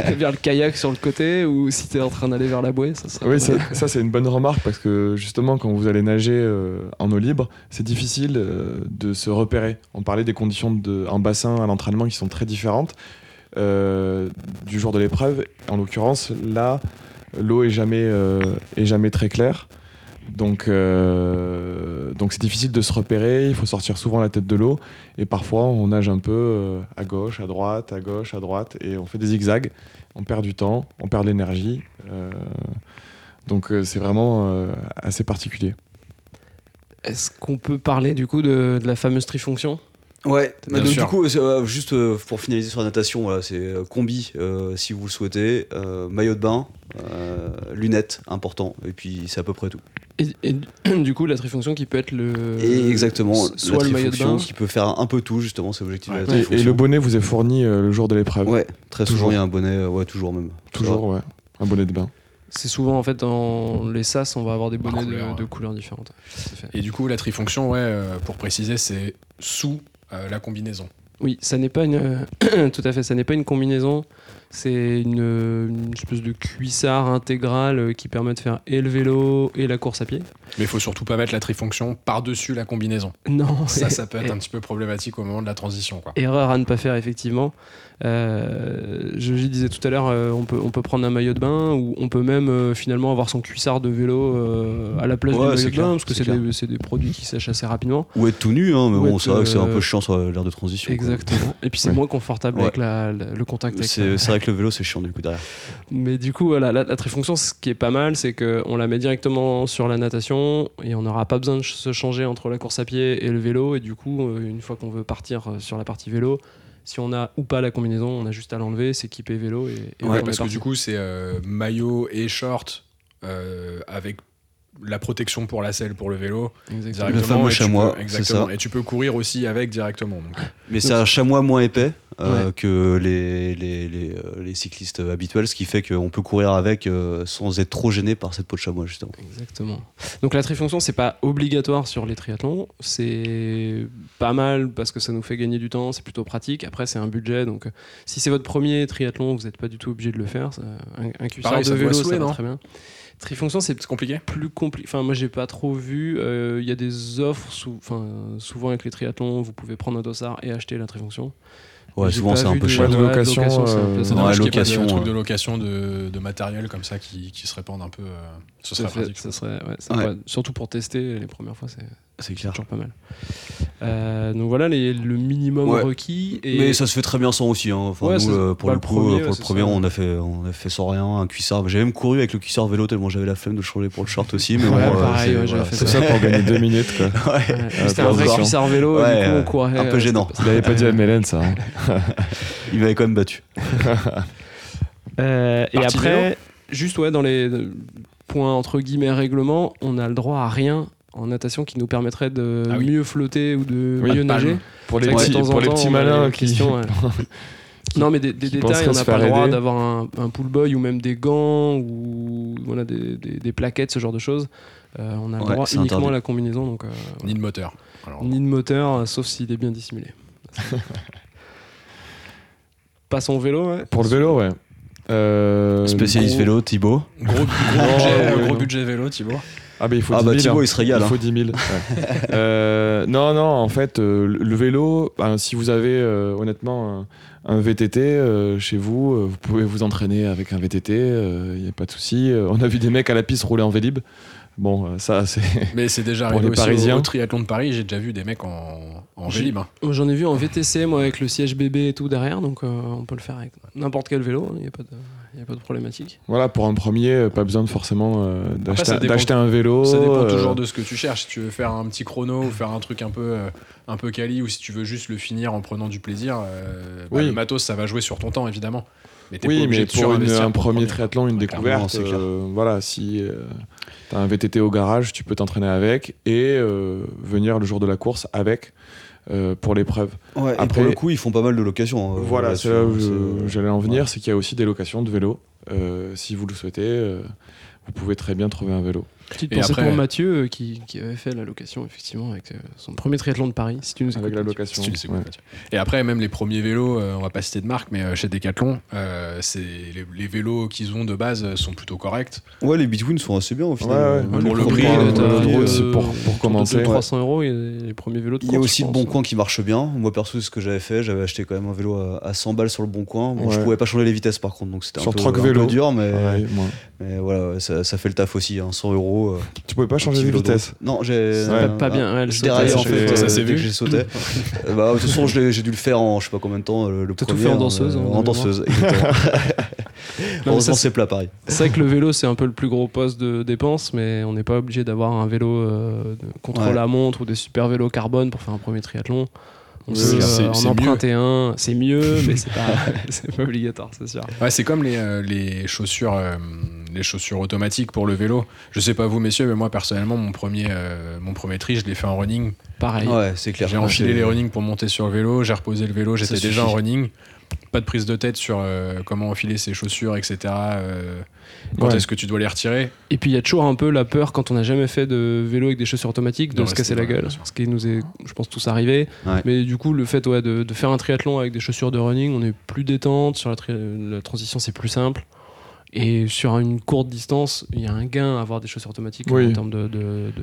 S5: <laughs> vers le kayak sur le côté ou si t'es en train d'aller vers la bouée. Ça serait
S4: Oui, ça, ça, c'est une bonne remarque parce que justement, quand vous allez nager euh, en eau libre, c'est difficile euh, de se repérer. On parlait des conditions de, en bassin à l'entraînement qui sont très différentes euh, du jour de l'épreuve. En l'occurrence, là, l'eau est jamais, euh, est jamais très claire. Donc, euh, donc c'est difficile de se repérer. Il faut sortir souvent la tête de l'eau et parfois on nage un peu euh, à gauche, à droite, à gauche, à droite et on fait des zigzags. On perd du temps, on perd de l'énergie. euh, donc euh, c'est vraiment euh, assez particulier.
S5: Est-ce qu'on peut parler du coup de, de la fameuse trifonction
S3: Ouais,
S1: Bien
S3: donc
S1: sûr.
S3: du coup, euh, c'est, euh, juste euh, pour finaliser sur la natation, voilà, c'est euh, combi euh, si vous le souhaitez, euh, maillot de bain, euh, lunettes, important, et puis c'est à peu près tout.
S5: et, <clears throat> et du coup la trifonction qui peut être le
S3: et exactement,
S5: Euh, soit
S3: la
S5: le maillot de
S3: trifonction
S5: bain.
S3: qui peut faire un peu tout, justement, c'est l'objectif de la
S4: Et- Et,
S3: trifonction.
S4: le bonnet vous est fourni euh, le jour de l'épreuve.
S3: Ouais, très souvent
S4: Toujours.
S3: il y a un bonnet, euh, ouais, toujours même.
S4: Toujours, ouais. Un bonnet de bain.
S5: C'est souvent en fait dans les sas, on va avoir des
S1: Par
S5: bonnets
S1: couleur,
S5: de, de
S1: ouais.
S5: couleurs différentes. Tout à fait.
S1: Et du coup, la trifonction, ouais, euh, pour préciser, c'est sous euh, la combinaison.
S5: Oui, ça n'est pas une euh, <clears throat> tout à fait, ça n'est pas une combinaison, c'est une, une espèce de cuissard intégral euh, qui permet de faire et le vélo et la course à pied. <laughs>
S1: Mais il faut surtout pas mettre la trifonction par-dessus la combinaison.
S5: Non, <laughs>
S1: Ça, ça peut être un petit peu problématique au moment de la transition. Quoi.
S5: Erreur à ne pas faire, effectivement. Euh, je, je disais tout à l'heure, euh, on, peut, on peut prendre un maillot de bain ou on peut même euh, finalement avoir son cuissard de vélo euh, à la place
S3: Ouais,
S5: du maillot
S3: c'est
S5: de
S3: clair,
S5: bain, parce que
S3: c'est
S5: c'est des, c'est des produits qui sèchent assez rapidement.
S3: Ou être tout nu, hein, mais
S5: Ou
S3: bon,
S5: être,
S3: c'est vrai que c'est un
S5: euh,
S3: peu chiant sur l'air de transition. quoi.
S5: Exactement. Et puis c'est
S4: Ouais.
S5: moins confortable
S3: Ouais.
S5: avec la- la- le contact avec la-
S3: C'est c'est vrai que le vélo c'est chiant du coup derrière.
S5: Mais du coup, voilà, la, la trifonction, ce qui est pas mal, c'est qu'on la met directement sur la natation et on n'aura pas besoin de ch- se changer entre la course à pied et le vélo. Et du coup, euh, une fois qu'on veut partir euh, sur la partie vélo, si on a ou pas la combinaison, on a juste à l'enlever, s'équiper vélo et, et
S1: Ouais,
S5: on
S1: parce
S5: est
S1: que du coup, c'est euh, maillot et short euh, avec la protection pour la selle pour le vélo
S5: parti. Exactement.
S1: directement.
S3: fameux
S1: et tu
S3: chamois,
S1: peux-
S3: c'est
S1: exactement.
S3: ça.
S1: Et tu peux courir aussi avec directement. donc.
S3: Mais c'est un chamois moins épais euh, que les, les, les, euh, les cyclistes habituels, ce qui fait qu'on peut courir avec euh, sans être trop gêné par cette peau de chamois justement.
S5: Exactement. Donc la trifonction, c'est pas obligatoire sur les triathlons. C'est pas mal parce que ça nous fait gagner du temps, c'est plutôt pratique. Après, c'est un budget. Donc euh, si c'est votre premier triathlon, vous n'êtes pas du tout obligé de le faire. Ça- Un, un cuissard
S1: Pareil,
S5: de
S1: ça doit
S5: vélo,
S1: saouler,
S5: ça va
S1: non
S5: très bien. Trifonction, c'est
S1: C'est compliqué
S5: plus compliqué. Enfin, moi, j'ai pas trop vu. Euh, Il y a des offres, sou- enfin, euh, souvent avec les triathlons, vous pouvez prendre un dossard et acheter la trifonction.
S3: Ouais,
S5: J'ai
S3: souvent
S5: pas
S3: c'est un
S5: vu
S3: peu
S5: de-
S3: cher.
S4: Ouais, de location,
S5: c'est un peu-
S4: euh,
S5: c'est
S1: C'est
S3: Ouais,
S5: dommage.
S1: dommage qu'il y ait pas de
S3: location,
S1: truc
S3: ouais.
S1: de location de, de matériel comme ça qui, qui se répandent un peu. euh, ce
S5: Tout
S1: serait
S5: à fait,
S1: pratique.
S5: ça serait- ouais, ça
S3: Ouais.
S5: pourrait- surtout pour tester les premières fois, c'est
S3: C'est clair.
S5: toujours pas mal. Euh, donc voilà les- le minimum
S3: Ouais.
S5: requis. Et
S3: Mais ça se fait très bien sans aussi. hein. Enfin,
S5: Ouais,
S3: nous,
S5: c'est-
S3: euh, pour
S5: bah, le
S3: le coup,
S5: premier,
S3: euh,
S5: ouais,
S3: pour le
S5: c'est
S3: premier,
S5: ça.
S3: on a, fait, on a fait sans rien un cuissard. J'ai même couru avec le cuissard vélo tellement j'avais la flemme de changer pour le short aussi. Mais
S5: Ouais,
S3: bon, euh,
S5: pareil,
S3: c'est-
S5: ouais, j'avais
S3: voilà.
S5: fait
S4: Tout ça pour gagner deux minutes. Quoi.
S3: <laughs> Ouais.
S5: Ouais, C'était
S4: pour
S5: un vrai
S4: voir.
S5: cuissard vélo, et
S3: Ouais,
S5: du coup
S3: euh,
S5: on courait.
S3: un peu
S5: euh,
S3: gênant.
S5: c'était
S4: Il l'avait pas dit à Mélène, ça. hein.
S3: Il m'avait quand même battu.
S5: pas- Euh, et
S1: Partie
S5: après,
S1: vélo.
S5: juste ouais, dans les euh, points entre guillemets règlement, on a le droit à rien en natation qui nous permettrait de
S1: Ah oui.
S5: mieux flotter ou de
S4: Oui,
S5: mieux
S1: palme.
S5: nager.
S4: Pour les
S5: C'est vrai que
S4: petits,
S5: de temps en
S4: pour les
S5: temps,
S4: petits
S5: on a
S4: malins
S5: des
S4: qui. <laughs>
S5: questions, ouais. non mais des, des
S4: qui
S5: détails,
S4: penseraient
S5: on
S4: se
S5: n'a pas le
S4: faire
S5: droit
S4: aider.
S5: d'avoir un, un pool boy ou même des gants ou voilà, des, des- des plaquettes, ce genre de choses. Euh, on a le
S3: Ouais,
S5: droit
S3: c'est
S5: uniquement
S3: interdit.
S5: à la combinaison, donc euh,
S1: Ni de moteur. Alors, <laughs>
S5: ni de moteur, euh, sauf s'il est bien dissimulé. Pas son vélo, hein. ouais.
S4: Pour le vélo, ouais. Euh,
S3: Spécialiste
S4: gros-
S3: vélo, Thibaut.
S1: Gros, gros
S4: Oh,
S1: budget, euh,
S4: oui,
S1: gros
S4: non.
S1: budget vélo, Thibaut.
S4: Ah, bah, il faut
S3: Ah
S4: 10
S3: bah
S4: 000,
S3: Thibaut,
S4: hein.
S3: il se régale.
S4: Il faut
S3: hein.
S4: 10
S3: <laughs>
S4: 000. ouais. Euh, non, non, en fait, euh, le- le vélo, ben, si vous avez euh, honnêtement un, un VTT euh, chez vous, euh, vous pouvez vous entraîner avec un VTT, il n'y a pas de souci. Euh, on a vu des mecs à la piste rouler en vélib. Bon, euh, ça, c'est. <laughs>
S1: Mais c'est déjà
S4: Pour
S1: arrivé
S4: les
S1: aussi au-
S4: Parisiens.
S1: au, triathlon de Paris. J'ai déjà vu des mecs en, en
S5: J'ai-
S1: Vélib, hein.
S5: Moi, J'en ai vu en VTC, moi, avec le siège bébé et tout derrière, donc euh, on peut le faire avec n'importe quel vélo, hein. il n'y a, pas de- y a pas de problématique.
S4: Voilà, pour un premier, euh, pas besoin de forcément euh, d'acheter
S1: ça
S4: un-
S1: dépend-
S4: d'acheter un vélo.
S1: Ça dépend
S4: euh,
S1: toujours de ce que tu cherches. Si tu veux faire un petit chrono ou faire un truc un peu, euh, un peu quali ou si tu veux juste le finir en prenant du plaisir, euh, bah,
S4: Oui.
S1: le matos, ça va jouer sur ton temps, évidemment. Mais t'es pas
S4: Oui,
S1: obligé
S4: mais
S1: de
S4: pour une-
S1: surinvestir
S4: un
S1: pour
S4: premier
S1: le
S4: triathlon, une
S1: Ouais,
S3: clairement,
S4: découverte,
S3: c'est clair.
S4: euh, voilà, si euh, t'as un VTT au garage, tu peux t'entraîner avec et euh, venir le jour de la course avec euh, pour l'épreuve.
S3: Ouais, et
S4: Après-
S3: pour le coup, ils font pas mal de locations. euh,
S4: voilà, c'est là où
S3: là-dessus,
S4: je-
S3: c'est-
S4: j'allais en venir,
S3: ouais.
S4: c'est qu'il y a aussi des locations de vélos. Euh, si vous le souhaitez, euh, vous pouvez très bien trouver un vélo.
S5: Petite
S1: Et
S5: pensée
S1: après-
S5: pour Mathieu, euh, qui, qui avait fait la location, effectivement, avec euh, son premier triathlon de Paris, si tu nous
S4: Avec
S5: écoutes.
S4: la
S5: Mathieu.
S4: location.
S1: Si tu le sais,
S4: ouais.
S1: Mathieu. Et après, même les premiers vélos, euh, on va pas citer de marque, mais euh, chez Decathlon, euh, c'est les, les vélos qu'ils ont de base euh, sont plutôt corrects.
S3: Ouais, les Bitwins sont assez bien au final.
S4: Ouais, ouais.
S3: Euh,
S1: Pour le
S3: comprends,
S1: prix,
S3: euh,
S1: t'as-
S3: le drone,
S4: euh,
S3: c'est-
S4: pour- pour
S5: autour de
S4: commencer.
S5: 300 euros, il y a les premiers vélos de
S3: Il y a
S5: course,
S3: aussi
S5: je
S3: le
S5: pense.
S3: Bon Coin qui marche bien. Moi perso, c'est ce que j'avais fait. J'avais acheté quand même un vélo à, à 100 balles sur le Bon Coin. Bon, Je
S4: Ouais.
S3: pouvais pas changer les vitesses par contre, donc c'était un,
S4: Sur
S3: peu-
S4: Troc
S3: un
S4: Vélo.
S3: peu dur, mais,
S4: Pareil, moi.
S3: mais voilà, ouais, ça, ça fait le taf aussi. Hein, 100 euros. euh,
S4: Tu pouvais pas
S3: un
S4: changer
S3: petit
S4: de
S3: vélo de
S4: vitesse.
S3: route. Non, j'ai.
S4: C'est pas-
S5: pas bien, ouais, elle
S3: je
S5: sautait,
S3: déraillais en
S4: ça
S3: fait.
S4: s'est- ça
S3: euh,
S1: s'est
S3: dès
S1: vu.
S3: que J'ai
S5: <laughs>
S3: sauté. Euh, bah, de toute façon, je l'ai- j'ai dû le faire en je sais pas combien de temps. euh, Le
S5: T'as tout
S3: premier,
S5: fait en
S3: hein,
S5: danseuse, hein, de
S3: En
S5: mémoire. <laughs>
S3: danseuse, exactement.
S5: Non, mais ça,
S3: Heureusement,
S5: c'est-
S3: c'est plat, pareil.
S5: C'est vrai que le vélo, c'est un peu le plus gros poste de dépense, mais on n'est pas obligé d'avoir un vélo euh, de
S3: Ouais.
S5: contre-la-montre ou des super vélos carbone pour faire un premier triathlon. On
S4: Oui,
S5: peut
S1: c'est-
S5: euh, en
S1: c'est mieux.
S5: emprunter un, c'est mieux, mais c'est
S1: <laughs>
S5: pas, c'est pas obligatoire, c'est sûr.
S1: Ouais, c'est comme les, euh, les chaussures. euh, les chaussures automatiques pour le vélo. Je sais pas vous messieurs, mais moi personnellement, mon premier, euh, mon premier tri, je l'ai fait en running.
S5: Pareil.
S3: Ouais, c'est clair.
S1: J'ai enfilé les runnings pour monter sur le vélo, j'ai reposé le vélo, j'étais
S3: suffit.
S1: déjà en running. Pas de prise de tête sur euh, comment enfiler ses chaussures, etc. euh, quand
S4: Ouais.
S1: est-ce que tu dois les retirer
S5: Et puis il y a toujours un peu la peur quand on n'a jamais fait de vélo avec des chaussures automatiques de
S1: De
S5: se
S1: rester
S5: casser la
S1: dans la
S5: gueule,
S1: chaussure.
S5: ce qui nous est, je pense, tous arrivé.
S3: Ouais.
S5: Mais du coup, le fait ouais, de, de faire un triathlon avec des chaussures de running, on est plus détente, sur la, tri- la transition c'est plus simple. Et sur une courte distance, il y a un gain à avoir des chaussures automatiques
S4: Oui.
S5: en termes de, de- de,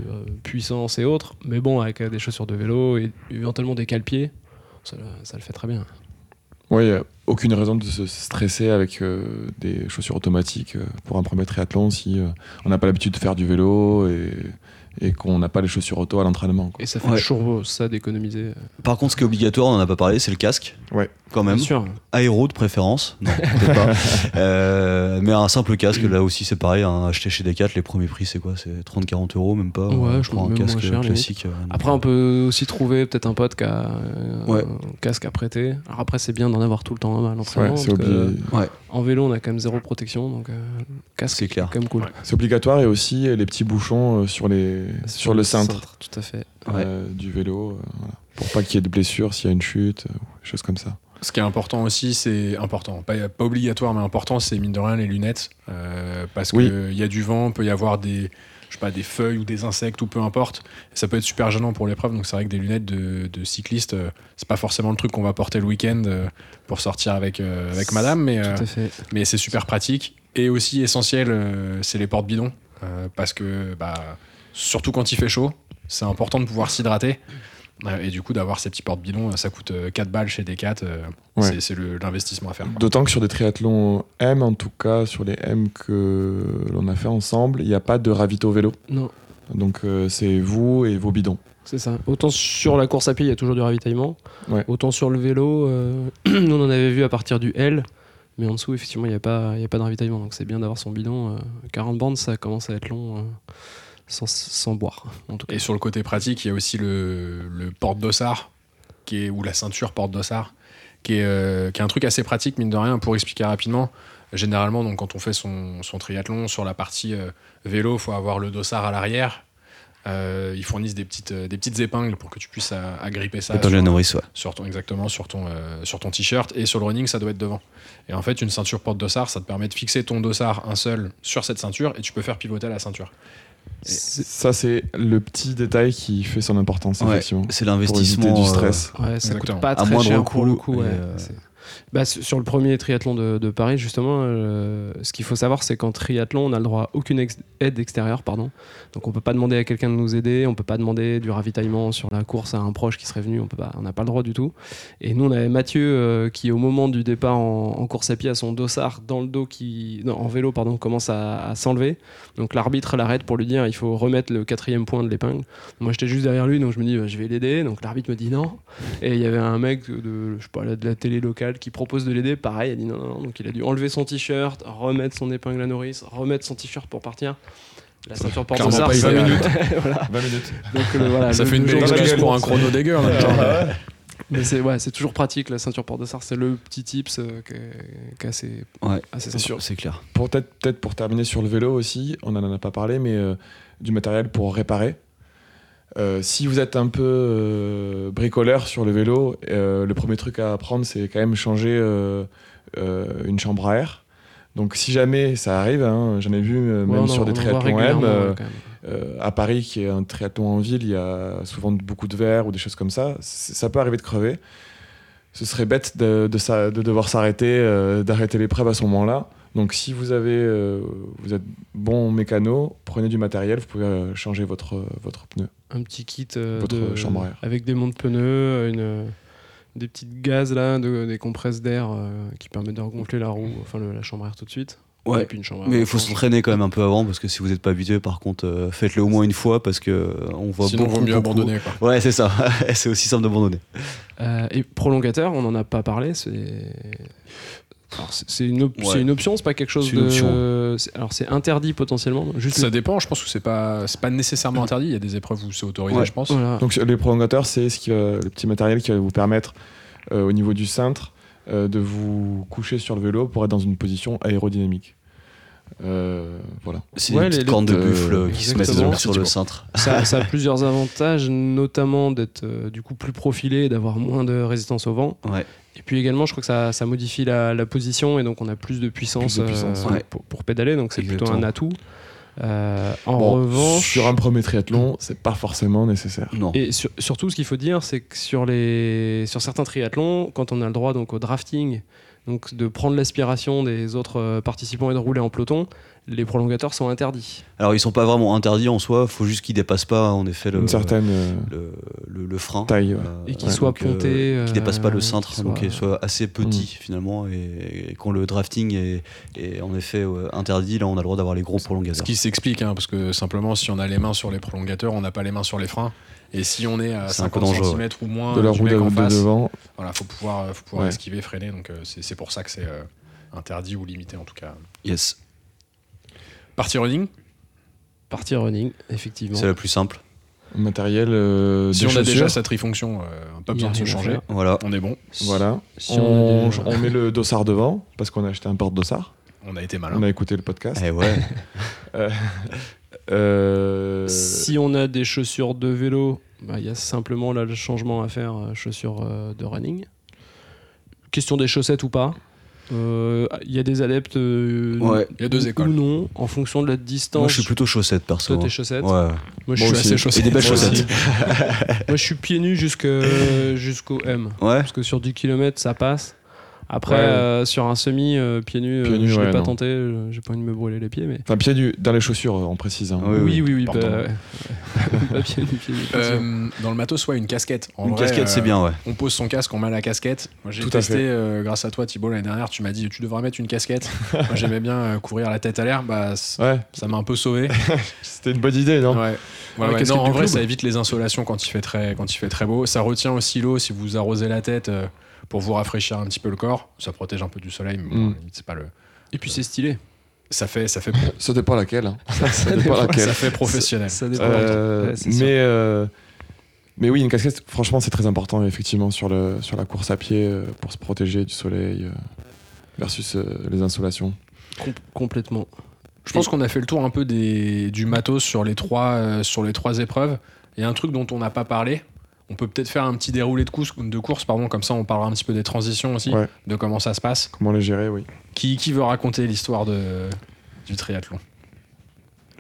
S5: euh, puissance et autres. Mais bon, avec euh, des chaussures de vélo et éventuellement des cale-pieds, ça, le- ça le fait très bien.
S4: Oui, aucune raison de se stresser avec euh, des chaussures automatiques euh, pour un premier triathlon si euh, on n'a pas l'habitude de faire du vélo et, et qu'on n'a pas les chaussures auto à l'entraînement. quoi.
S5: Et ça fait
S3: Ouais.
S5: toujours beau, ça d'économiser. euh,
S3: Par contre, ce qui est obligatoire, on en a pas parlé, c'est le casque.
S4: Ouais.
S3: Quand même.
S5: Bien sûr.
S3: aéro de préférence, non, peut-être pas. Euh, mais un simple casque, là aussi c'est pareil, hein, acheté chez Decat, les premiers prix c'est quoi C'est 30-40 euros, même pas
S5: Ouais,
S3: euh,
S5: je
S3: pour
S5: trouve
S3: un
S5: même
S3: casque
S5: moins cher,
S3: classique. euh,
S5: Après, on peut aussi trouver peut-être un pote qui a euh,
S3: Ouais.
S5: un casque à prêter. Alors après, c'est bien d'en avoir tout le temps hein, à
S4: Ouais, euh,
S5: l'entraînement.
S4: c'est
S5: parce que, euh,
S4: obli-
S5: en vélo, on a quand même zéro protection, donc euh, le casque,
S3: C'est clair.
S5: quand même cool.
S4: c'est obligatoire et aussi euh, les petits bouchons euh, sur, les, sur, le cintre,
S5: Tout à fait.
S4: euh, du vélo euh, voilà. pour pas qu'il y ait de blessures s'il y a une chute, euh, ou des choses comme ça.
S1: Ce qui est important aussi, c'est important, pas, pas obligatoire, mais important, c'est mine de rien les lunettes. euh, parce
S4: Oui.
S1: qu'il y a du vent, peut y avoir des, je sais pas, des feuilles ou des insectes ou peu importe. Ça peut être super gênant pour l'épreuve, donc c'est vrai que des lunettes de, de cycliste, euh, c'est pas forcément le truc qu'on va porter le week-end euh, pour sortir avec, euh, avec madame, mais, euh,
S5: Tout à fait.
S1: mais c'est super pratique. Et aussi essentiel, euh, c'est les portes bidons. euh, parce que, bah, surtout quand il fait chaud, c'est important de pouvoir s'hydrater. Euh, et du coup, d'avoir ces petits portes bidons, euh, ça coûte euh, 4 balles chez Decat. euh,
S4: Ouais.
S1: c'est- C'est le- l'investissement à faire. quoi.
S4: D'autant que sur des triathlons M, en tout cas sur les M que l'on a fait ensemble, il n'y a pas de ravito vélo.
S5: Non,
S4: Donc euh, c'est vous et vos bidons.
S5: c'est ça. Autant sur la course à pied, il y a toujours du ravitaillement.
S4: Ouais.
S5: Autant sur le vélo, euh, <clears throat> nous, on en avait vu à partir du L. Mais en dessous, effectivement, il n'y a, pas- il y a pas de ravitaillement. Donc c'est bien d'avoir son bidon. euh, 40 bandes, ça commence à être long euh, sans, sans boire, en tout cas.
S1: Et sur le côté pratique, il y a aussi le, le porte-dossard, qui est- ou la ceinture porte-dossard, qui, est, euh, qui est un truc assez pratique, mine de rien, pour expliquer rapidement. Généralement, donc, quand on fait son, son triathlon, sur la partie euh, vélo, il faut avoir le dossard à l'arrière. Euh, ils fournissent des petites, euh, des petites épingles pour que tu puisses euh, agripper ça.
S3: Attends,
S1: sur-
S3: la nourrice, ouais.
S1: sur ton exactement sur ton euh, sur ton t-shirt et sur le running ça doit être devant et en fait une ceinture porte dossard ça te permet de fixer ton dossard un seul sur cette ceinture et tu peux faire pivoter la ceinture
S4: Ça, c'est le petit détail qui fait son importance,
S3: Ouais,
S4: effectivement.
S3: C'est
S4: Pour éviter
S3: l'investissement euh,
S4: du
S5: <laughs>
S4: stress.
S5: Ouais, ça
S1: Exactement.
S5: coûte pas
S3: À
S5: très
S3: moindre
S5: cher
S3: coût,
S5: pour le coup.
S3: et,
S5: ouais.
S3: euh,
S5: C'est- Bah, su- sur le premier triathlon de, de Paris, justement, euh, ce qu'il faut savoir, c'est qu'en triathlon, on n'a le droit à aucune ex- aide extérieure. Pardon. Donc on peut pas demander à quelqu'un de nous aider, on peut pas demander du ravitaillement sur la course à un proche qui serait venu, on peut pas- on n'a pas le droit du tout. Et nous, on avait Mathieu euh, qui, au moment du départ en, en course à pied, a son dossard dans le dos, qui, non, en vélo, pardon, commence à, à s'enlever. Donc l'arbitre l'arrête pour lui dire il faut remettre le quatrième point de l'épingle. Moi, j'étais juste derrière lui, donc je me dis bah, je vais l'aider. Donc l'arbitre me dit non. Et il y avait un mec de, je sais pas, de la télé locale qui propose de l'aider. Pareil, il a dit non, non, non. Donc il a dû enlever son t-shirt, remettre son épingle à nourrice, remettre son t-shirt pour partir. La ceinture porte
S1: Clairement
S5: dossard,
S1: pas
S5: c'est- <laughs>
S1: 20 minutes.
S5: voilà.
S4: 20 minutes.
S5: Donc, euh, voilà,
S1: Ça
S5: le-
S1: fait une
S5: le
S1: belle
S5: jour de la
S1: excuse pour un
S5: course.
S1: chrono dégueu. en même temps.
S5: <laughs> Mais c'est ouais, c'est toujours pratique la ceinture porte dossard, c'est le petit tips euh, que- qu'assez
S3: Ouais,
S5: assez sympa.
S3: c'est sûr, c'est clair.
S4: Pour peut-être peut-être pour terminer sur le vélo aussi, on n'en a pas parlé, mais euh, du matériel pour réparer. Euh, si vous êtes un peu euh, bricoleur sur le vélo, euh, le premier truc à apprendre, c'est quand même changer euh, euh, une chambre à air. Donc si jamais ça arrive, hein, j'en ai vu euh,
S5: Ouais,
S4: même
S5: on en-
S4: sur des
S5: on en voit
S4: triathlons M,
S5: régulièrement,
S4: euh,
S5: ouais, quand même.
S4: euh, à Paris, qui est un triathlon en ville, il y a souvent beaucoup de verres ou des choses comme ça. C- Ça peut arriver de crever. Ce serait bête de, de, sa- de devoir s'arrêter, euh, d'arrêter l'épreuve à ce moment-là. Donc, si vous avez, euh, vous êtes bon mécano, prenez du matériel, vous pouvez euh, changer votre votre pneu.
S5: un petit kit euh,
S4: Votre
S5: de-
S4: chambre à air.
S5: avec des montes pneus, une euh, des petites gaz là, de- des compresses d'air euh, qui permettent de regonfler la roue, enfin le- la chambre à air tout de suite. Et
S3: Ouais.
S5: puis une chambre à air
S3: Mais il faut
S5: rechange.
S3: s'entraîner quand même un peu avant parce que si vous n'êtes pas habitué, par contre, euh, faites-le au moins une fois parce que euh, on voit
S1: Sinon,
S3: beaucoup.
S1: vaut mieux
S3: beaucoup-
S1: abandonner. quoi.
S3: Ouais, c'est ça. <laughs> c'est aussi simple d'abandonner.
S5: Euh, et prolongateur, on n'en a pas parlé, c'est. Alors, c'est- C'est une, op-
S3: Ouais.
S5: c'est une option, c'est pas quelque chose
S3: C'est une
S5: de. c'est- Alors c'est interdit potentiellement. Juste
S1: Ça dépend, je pense que c'est pas, c'est pas nécessairement interdit. Il y a des épreuves où c'est autorisé,
S3: Ouais.
S1: je pense.
S5: Voilà.
S4: Donc, les prolongateurs, c'est ce qui va- le petit matériel qui va vous permettre, euh, au niveau du cintre, euh, de vous coucher sur le vélo pour être dans une position aérodynamique. Euh, voilà.
S3: C'est
S5: Ouais,
S3: une
S5: les-
S3: petite corne de
S4: euh,
S3: buffle euh, qui se met
S5: exactement.
S3: sur, sur le cintre.
S5: ça, ça a plusieurs avantages, notamment d'être euh, du coup plus profilé et d'avoir moins de résistance au vent.
S3: Ouais.
S5: Et puis également, je crois que ça, ça modifie la, la position et donc on a plus de puissance, euh,
S4: Plus de puissance,
S3: ouais.
S5: pour, pour pédaler, donc c'est plutôt un
S3: Exactement.
S5: atout. Euh, en
S4: Bon,
S5: revanche,
S4: sur un premier triathlon, c'est pas forcément nécessaire.
S3: Non.
S5: et sur- surtout, ce qu'il faut dire, c'est que sur, les, sur certains triathlons, quand on a le droit donc, au drafting, donc de prendre l'aspiration des autres euh, participants et de rouler en peloton, les prolongateurs sont interdits.
S3: Alors ils sont pas vraiment interdits en soi. Faut juste qu'ils dépassent pas en effet le
S4: une certaine euh,
S3: le, le- le frein.
S4: taille. ouais.
S3: Euh,
S5: Et qu'ils
S3: ouais,
S5: soient
S3: donc, euh,
S5: pontés,
S3: qu'ils dépassent pas
S5: euh,
S3: le cintre,
S5: qu'ils
S3: donc
S5: soient-
S3: qu'ils soient assez petits finalement, et, et quand le drafting est, est en effet ouais, interdit, là on a le droit d'avoir les gros
S1: Ce
S3: prolongateurs.
S1: qui s'explique, hein, parce que simplement, si on a les mains sur les prolongateurs, on n'a pas les mains sur les freins. Et si on est à
S3: C'est un peu
S1: 50
S3: dangereux,
S1: cm ou moins
S4: de la
S1: du
S4: roue
S1: mec en
S4: de, de
S1: face,
S4: devant.
S1: voilà, faut pouvoir, faut pouvoir
S4: Ouais.
S1: esquiver, freiner. Donc euh, c'est c'est pour ça que c'est euh, interdit ou limité en tout cas.
S3: Yes,
S1: Partie running,
S5: Partie running, effectivement.
S3: euh, c'est le plus simple.
S4: Matériel. euh,
S1: si
S4: des
S1: on a déjà
S4: chaussures,
S1: sa trifonction, euh, pas
S5: Il y
S1: besoin
S5: a
S1: de se
S5: rien à
S1: changer.
S5: faire.
S3: Voilà.
S1: On est bon,
S4: Voilà.
S5: Si
S4: on,
S5: on a des-
S4: on met le dossard devant parce qu'on a acheté un porte-dossard.
S1: on a été
S4: On
S1: malin.
S4: a écouté le podcast.
S3: Eh ouais.
S4: Euh,
S5: Si on a des chaussures de vélo, bah, il y a simplement là le changement à faire, euh, chaussures euh, de running. Question des chaussettes ou pas. Euh, Il y a des adeptes euh,
S3: Ouais.
S1: Il y a deux
S5: ou
S1: écoles.
S5: non, en fonction de la distance.
S3: Moi je suis plutôt chaussette perso.
S5: Toi, tes
S3: hein.
S5: chaussettes.
S3: Ouais.
S5: Moi, je
S1: Moi
S5: suis
S1: aussi.
S5: assez
S3: Et
S1: chaussettes.
S3: des belles
S1: Moi aussi.
S3: chaussettes.
S5: <laughs>
S3: <laughs>
S5: Moi, je suis pieds nus jusque- jusqu'au M.
S3: Ouais.
S5: Parce que sur 10 km, ça passe. Après,
S4: Ouais.
S5: euh, sur un semi, euh, pieds nus,
S4: Pieds
S5: euh,
S4: nus,
S5: je
S4: ouais,
S5: l'ai pas
S4: non.
S5: tenté. euh, J'ai pas envie de me brûler les pieds. mais
S4: Enfin, pied du dans les chaussures, euh, on précise. hein.
S3: Oui,
S5: Oui, oui, oui.
S1: Pardon.
S5: bah, ouais. <laughs> Pas pieds nus, pieds nus, bien sûr.
S1: Euh, dans le matos, soit une casquette. En
S3: Une
S1: vrai,
S3: casquette
S1: euh,
S3: c'est bien, ouais.
S1: On pose son casque, on met la casquette. Moi, j'ai
S4: Tout à
S1: testé
S4: fait.
S1: euh, grâce à toi, Thibault, l'année dernière. Tu m'as dit, tu devrais mettre une casquette. Moi, j'aimais bien euh, courir la tête à l'air. Bah, c-
S4: Ouais,
S1: ça m'a un peu sauvé.
S4: c'était une bonne idée, non
S1: Ouais. Ouais,
S4: la
S1: ouais.
S4: casquette
S1: Non, en
S4: du
S1: vrai,
S4: club.
S1: ça évite les insolations quand il fait très, quand il fait très beau. Ça retient aussi l'eau si vous arrosez la tête euh, pour vous rafraîchir un petit peu le corps. Ça protège un peu du soleil, mais bon,
S4: Mm.
S1: c'est pas le.
S5: Et puis, c'est stylé.
S1: Ça fait, ça fait,
S4: <laughs> Ça dépend laquelle. hein.
S5: Ça
S4: dépend laquelle.
S1: ça fait professionnel.
S5: Ça dépend.
S4: Euh,
S5: Ouais, c'est sûr.
S4: mais, euh, mais oui, une casquette, franchement, c'est très important, effectivement, sur, le, sur la course à pied, euh, pour se protéger du soleil euh, versus euh, les insolations.
S5: Com- complètement.
S1: Je pense qu'on a fait le tour un peu des, du matos sur les trois, euh, sur les trois épreuves. Il y a un truc dont on n'a pas parlé. On peut peut-être faire un petit déroulé de course, de course pardon, comme ça on parlera un petit peu des transitions aussi,
S4: Ouais.
S1: de comment ça se passe.
S4: Comment les gérer, oui.
S1: Qui, qui veut raconter l'histoire de, du triathlon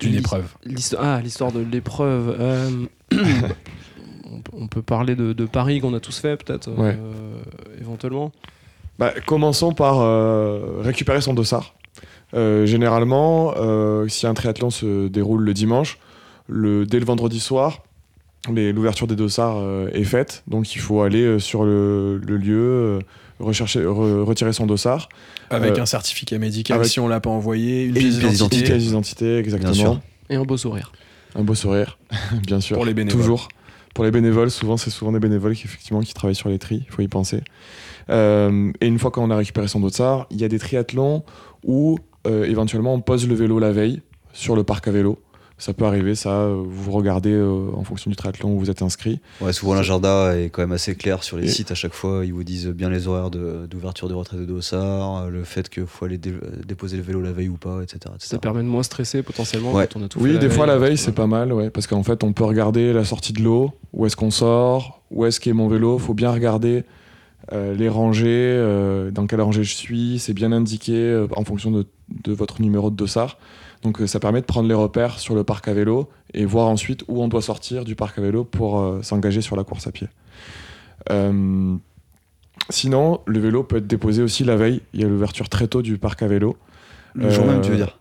S1: d'une
S5: L'hi-
S1: épreuve
S5: l'histo- Ah, l'histoire de l'épreuve. euh, <coughs> on peut- on peut parler de, de Paris qu'on a tous fait, peut-être, euh,
S4: Ouais.
S5: éventuellement.
S4: Bah, commençons par euh, récupérer son dossard. Euh, généralement, euh, si un triathlon se déroule le dimanche, le, dès le vendredi soir, les- l'ouverture des dossards euh, est faite. Donc il faut aller euh, sur le, le lieu, euh, rechercher, re- retirer son dossard.
S1: Avec
S4: Euh,
S1: un certificat médical
S4: avec-
S1: si on l'a pas envoyé, une
S3: Et
S1: pièce
S3: une pièce
S4: Petite
S1: d'identité.
S4: pièce d'identité, exactement.
S3: Bien sûr.
S5: Et un beau sourire.
S4: Un
S1: <laughs>
S4: beau sourire, bien sûr.
S1: Pour les bénévoles.
S4: Toujours. Pour les bénévoles, souvent, c'est souvent des bénévoles qui, effectivement, qui travaillent sur les tris, il faut y penser. Euh, et une fois qu'on a récupéré son dossard, il y a des triathlons où euh, éventuellement on pose le vélo la veille sur le parc à vélo. Ça peut arriver, ça, euh, vous regardez euh, en fonction du triathlon où vous êtes inscrit.
S3: Ouais, souvent l'agenda est quand même assez clair sur les
S4: Et-
S3: sites à chaque fois. Ils vous disent bien les horaires de- d'ouverture de, retraite de dossard, euh, le fait qu'il faut aller dé- euh, déposer le vélo la veille ou pas, etc. etc.
S5: Ça permet de moins stresser potentiellement
S3: Ouais.
S5: quand on a tout fait.
S4: Oui, des fois la veille, c'est
S5: Ouais.
S4: pas mal, ouais, parce qu'en fait, on peut regarder la sortie de l'eau, où est-ce qu'on sort, où est-ce qu'est mon vélo. Faut bien regarder euh, les rangées, euh, dans quelle rangée je suis. C'est bien indiqué euh, en fonction de, de votre numéro de dossard. Donc, euh, ça permet de prendre les repères sur le parc à vélo et voir ensuite où on doit sortir du parc à vélo pour euh, s'engager sur la course à pied. Euh, sinon, le vélo peut être déposé aussi la veille. Il y a l'ouverture très tôt du parc à vélo.
S3: Le jour même,
S4: Euh,
S3: tu veux dire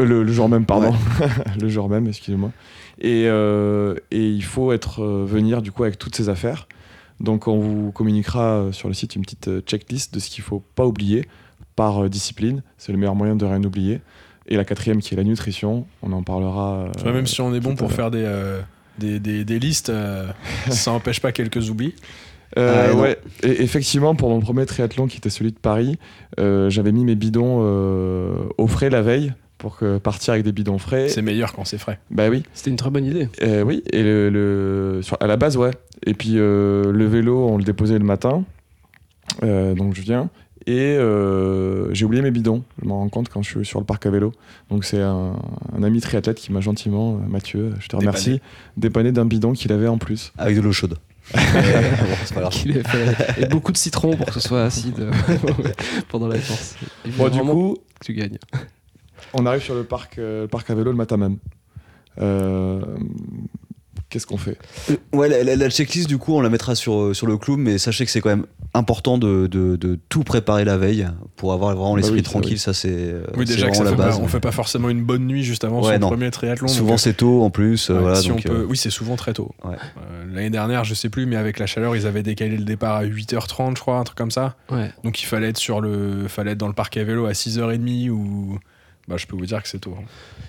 S4: Euh, le, le jour même, pardon. <laughs> le jour même, excusez-moi. Et, euh, et il faut être euh, venir du coup avec toutes ces affaires. Donc on vous communiquera euh, sur le site une petite euh, checklist de ce qu'il faut pas oublier par euh, discipline. C'est le meilleur moyen de rien oublier. Et la quatrième qui est la nutrition, on en parlera. euh,
S1: Tu vois, même si on est bon
S4: tout
S1: pour
S4: à l'heure.
S1: faire des, euh, des, des- des listes,
S4: <laughs>
S1: euh, ça n'empêche pas quelques oublis.
S4: Euh,
S3: Ah, non.
S4: ouais, et effectivement, pour mon premier triathlon qui était celui de Paris, euh, j'avais mis mes bidons euh, au frais la veille pour que partir avec des bidons frais.
S1: C'est meilleur quand c'est frais.
S4: Bah oui.
S5: C'était une très bonne idée.
S4: Euh, oui, et le, le- sur- à la base, ouais. Et puis euh, le vélo, on le déposait le matin. Euh, donc je viens. Et euh, j'ai oublié mes bidons. Je m'en rends compte quand je suis sur le parc à vélo. Donc c'est un, un ami triathlète qui m'a gentiment, euh, Mathieu, je te remercie, dépanné d'un bidon qu'il avait en plus.
S3: Avec de l'eau chaude. <laughs> Euh, bon, c'est
S4: Ah.
S3: pas grave.
S5: Qu'il ait
S4: <laughs>
S5: fait. Et beaucoup de citron pour que ce soit acide euh, <laughs> pendant la course. Il faut
S4: Bon, du
S5: vraiment
S4: coup,
S5: que tu gagnes.
S4: on arrive sur le parc, euh, le parc à vélo le matin même. Euh, Qu'est-ce qu'on fait
S3: Euh, Ouais, la, la- la checklist, du coup, on la mettra sur, euh, sur le clown, mais sachez que c'est quand même important de, de- de tout préparer la veille pour avoir vraiment l'esprit
S4: oui, ça,
S3: tranquille. Ça, c'est euh,
S1: Oui,
S3: c'est
S1: déjà que ça
S3: vraiment la
S1: fait
S3: base.
S1: pas, on fait pas forcément une bonne nuit juste avant
S3: Ouais,
S1: son
S3: non.
S1: premier triathlon. donc,
S3: Souvent,
S1: euh,
S3: c'est tôt en plus. euh,
S1: ouais,
S3: voilà,
S1: si
S3: donc,
S1: on peut-
S3: euh,
S1: Oui, c'est souvent très tôt.
S3: Ouais.
S1: Euh, L'année dernière, je sais plus, mais avec la chaleur, ils avaient décalé le départ à 8h30, je crois, un truc comme ça.
S5: Ouais.
S1: Donc il fallait être, sur le, fallait être dans le parc à vélo à 6h30 ou. Bah, je peux vous dire que c'est tôt.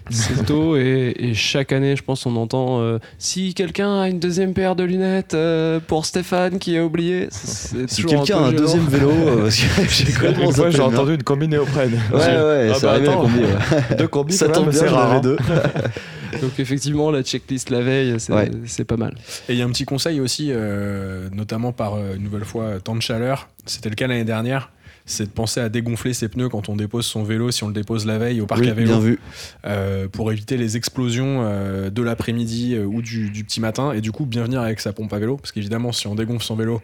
S3: <laughs>
S5: C'est tôt et, et chaque année, je pense, on entend euh, si quelqu'un a une deuxième paire de lunettes euh, pour Stéphane qui a oublié. C'est
S3: si
S5: toujours
S3: quelqu'un a
S5: peu
S3: un
S5: gênant.
S3: deuxième vélo, euh, <laughs> parce
S4: <laughs>
S3: que j'ai complètement
S4: Une fois, j'ai
S3: zappé le
S4: entendu une combi néoprène.
S3: nom. hein. Ouais, ouais,
S4: Ah
S3: ça
S4: bah
S3: arrive à
S4: attends.
S3: combien, ouais.
S4: <laughs> Deux combis,
S3: Ça
S4: quand
S3: tombe
S4: même,
S3: bien,
S4: c'est
S3: j'en
S4: rare,
S3: avais
S4: hein.
S3: deux.
S5: <laughs> Donc effectivement, la checklist la veille, c'est
S3: Ouais.
S5: c'est pas mal.
S1: Et il y a un petit conseil aussi, euh, notamment par euh, une nouvelle fois euh, temps de chaleur. C'était le cas l'année dernière. C'est de penser à dégonfler ses pneus quand on dépose son vélo, si on le dépose la veille au parc
S4: Oui,
S1: à
S3: Bien
S1: vélo,
S3: vu.
S1: euh, pour éviter les explosions euh, de l'après-midi euh, ou du, du petit matin. Et du coup, bien venir avec sa pompe à vélo, parce qu'évidemment, si on dégonfle son vélo,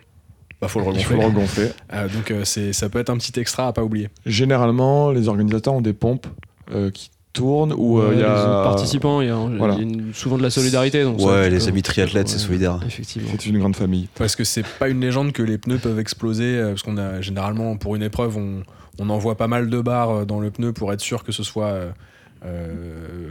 S1: bah faut le
S4: Il
S1: regonfler.
S4: faut le regonfler.
S1: Euh, donc euh, c'est, ça peut être un petit extra à pas oublier.
S4: Généralement, les organisateurs ont des pompes euh, qui tournent ou euh, il y
S5: Les
S4: a
S5: autres participants, il y a, il y a
S4: Voilà.
S5: une- souvent de la solidarité. Donc ça,
S3: Ouais,
S5: tu
S3: les
S5: peux-
S3: amis triathlètes, c'est
S5: Ouais,
S3: solidaire.
S5: Effectivement.
S4: C'est une grande famille.
S1: Parce que c'est pas une légende que les pneus peuvent exploser, euh, parce qu'on a généralement pour une épreuve, on, on envoie pas mal de barres euh, dans le pneu pour être sûr que ce soit euh, euh,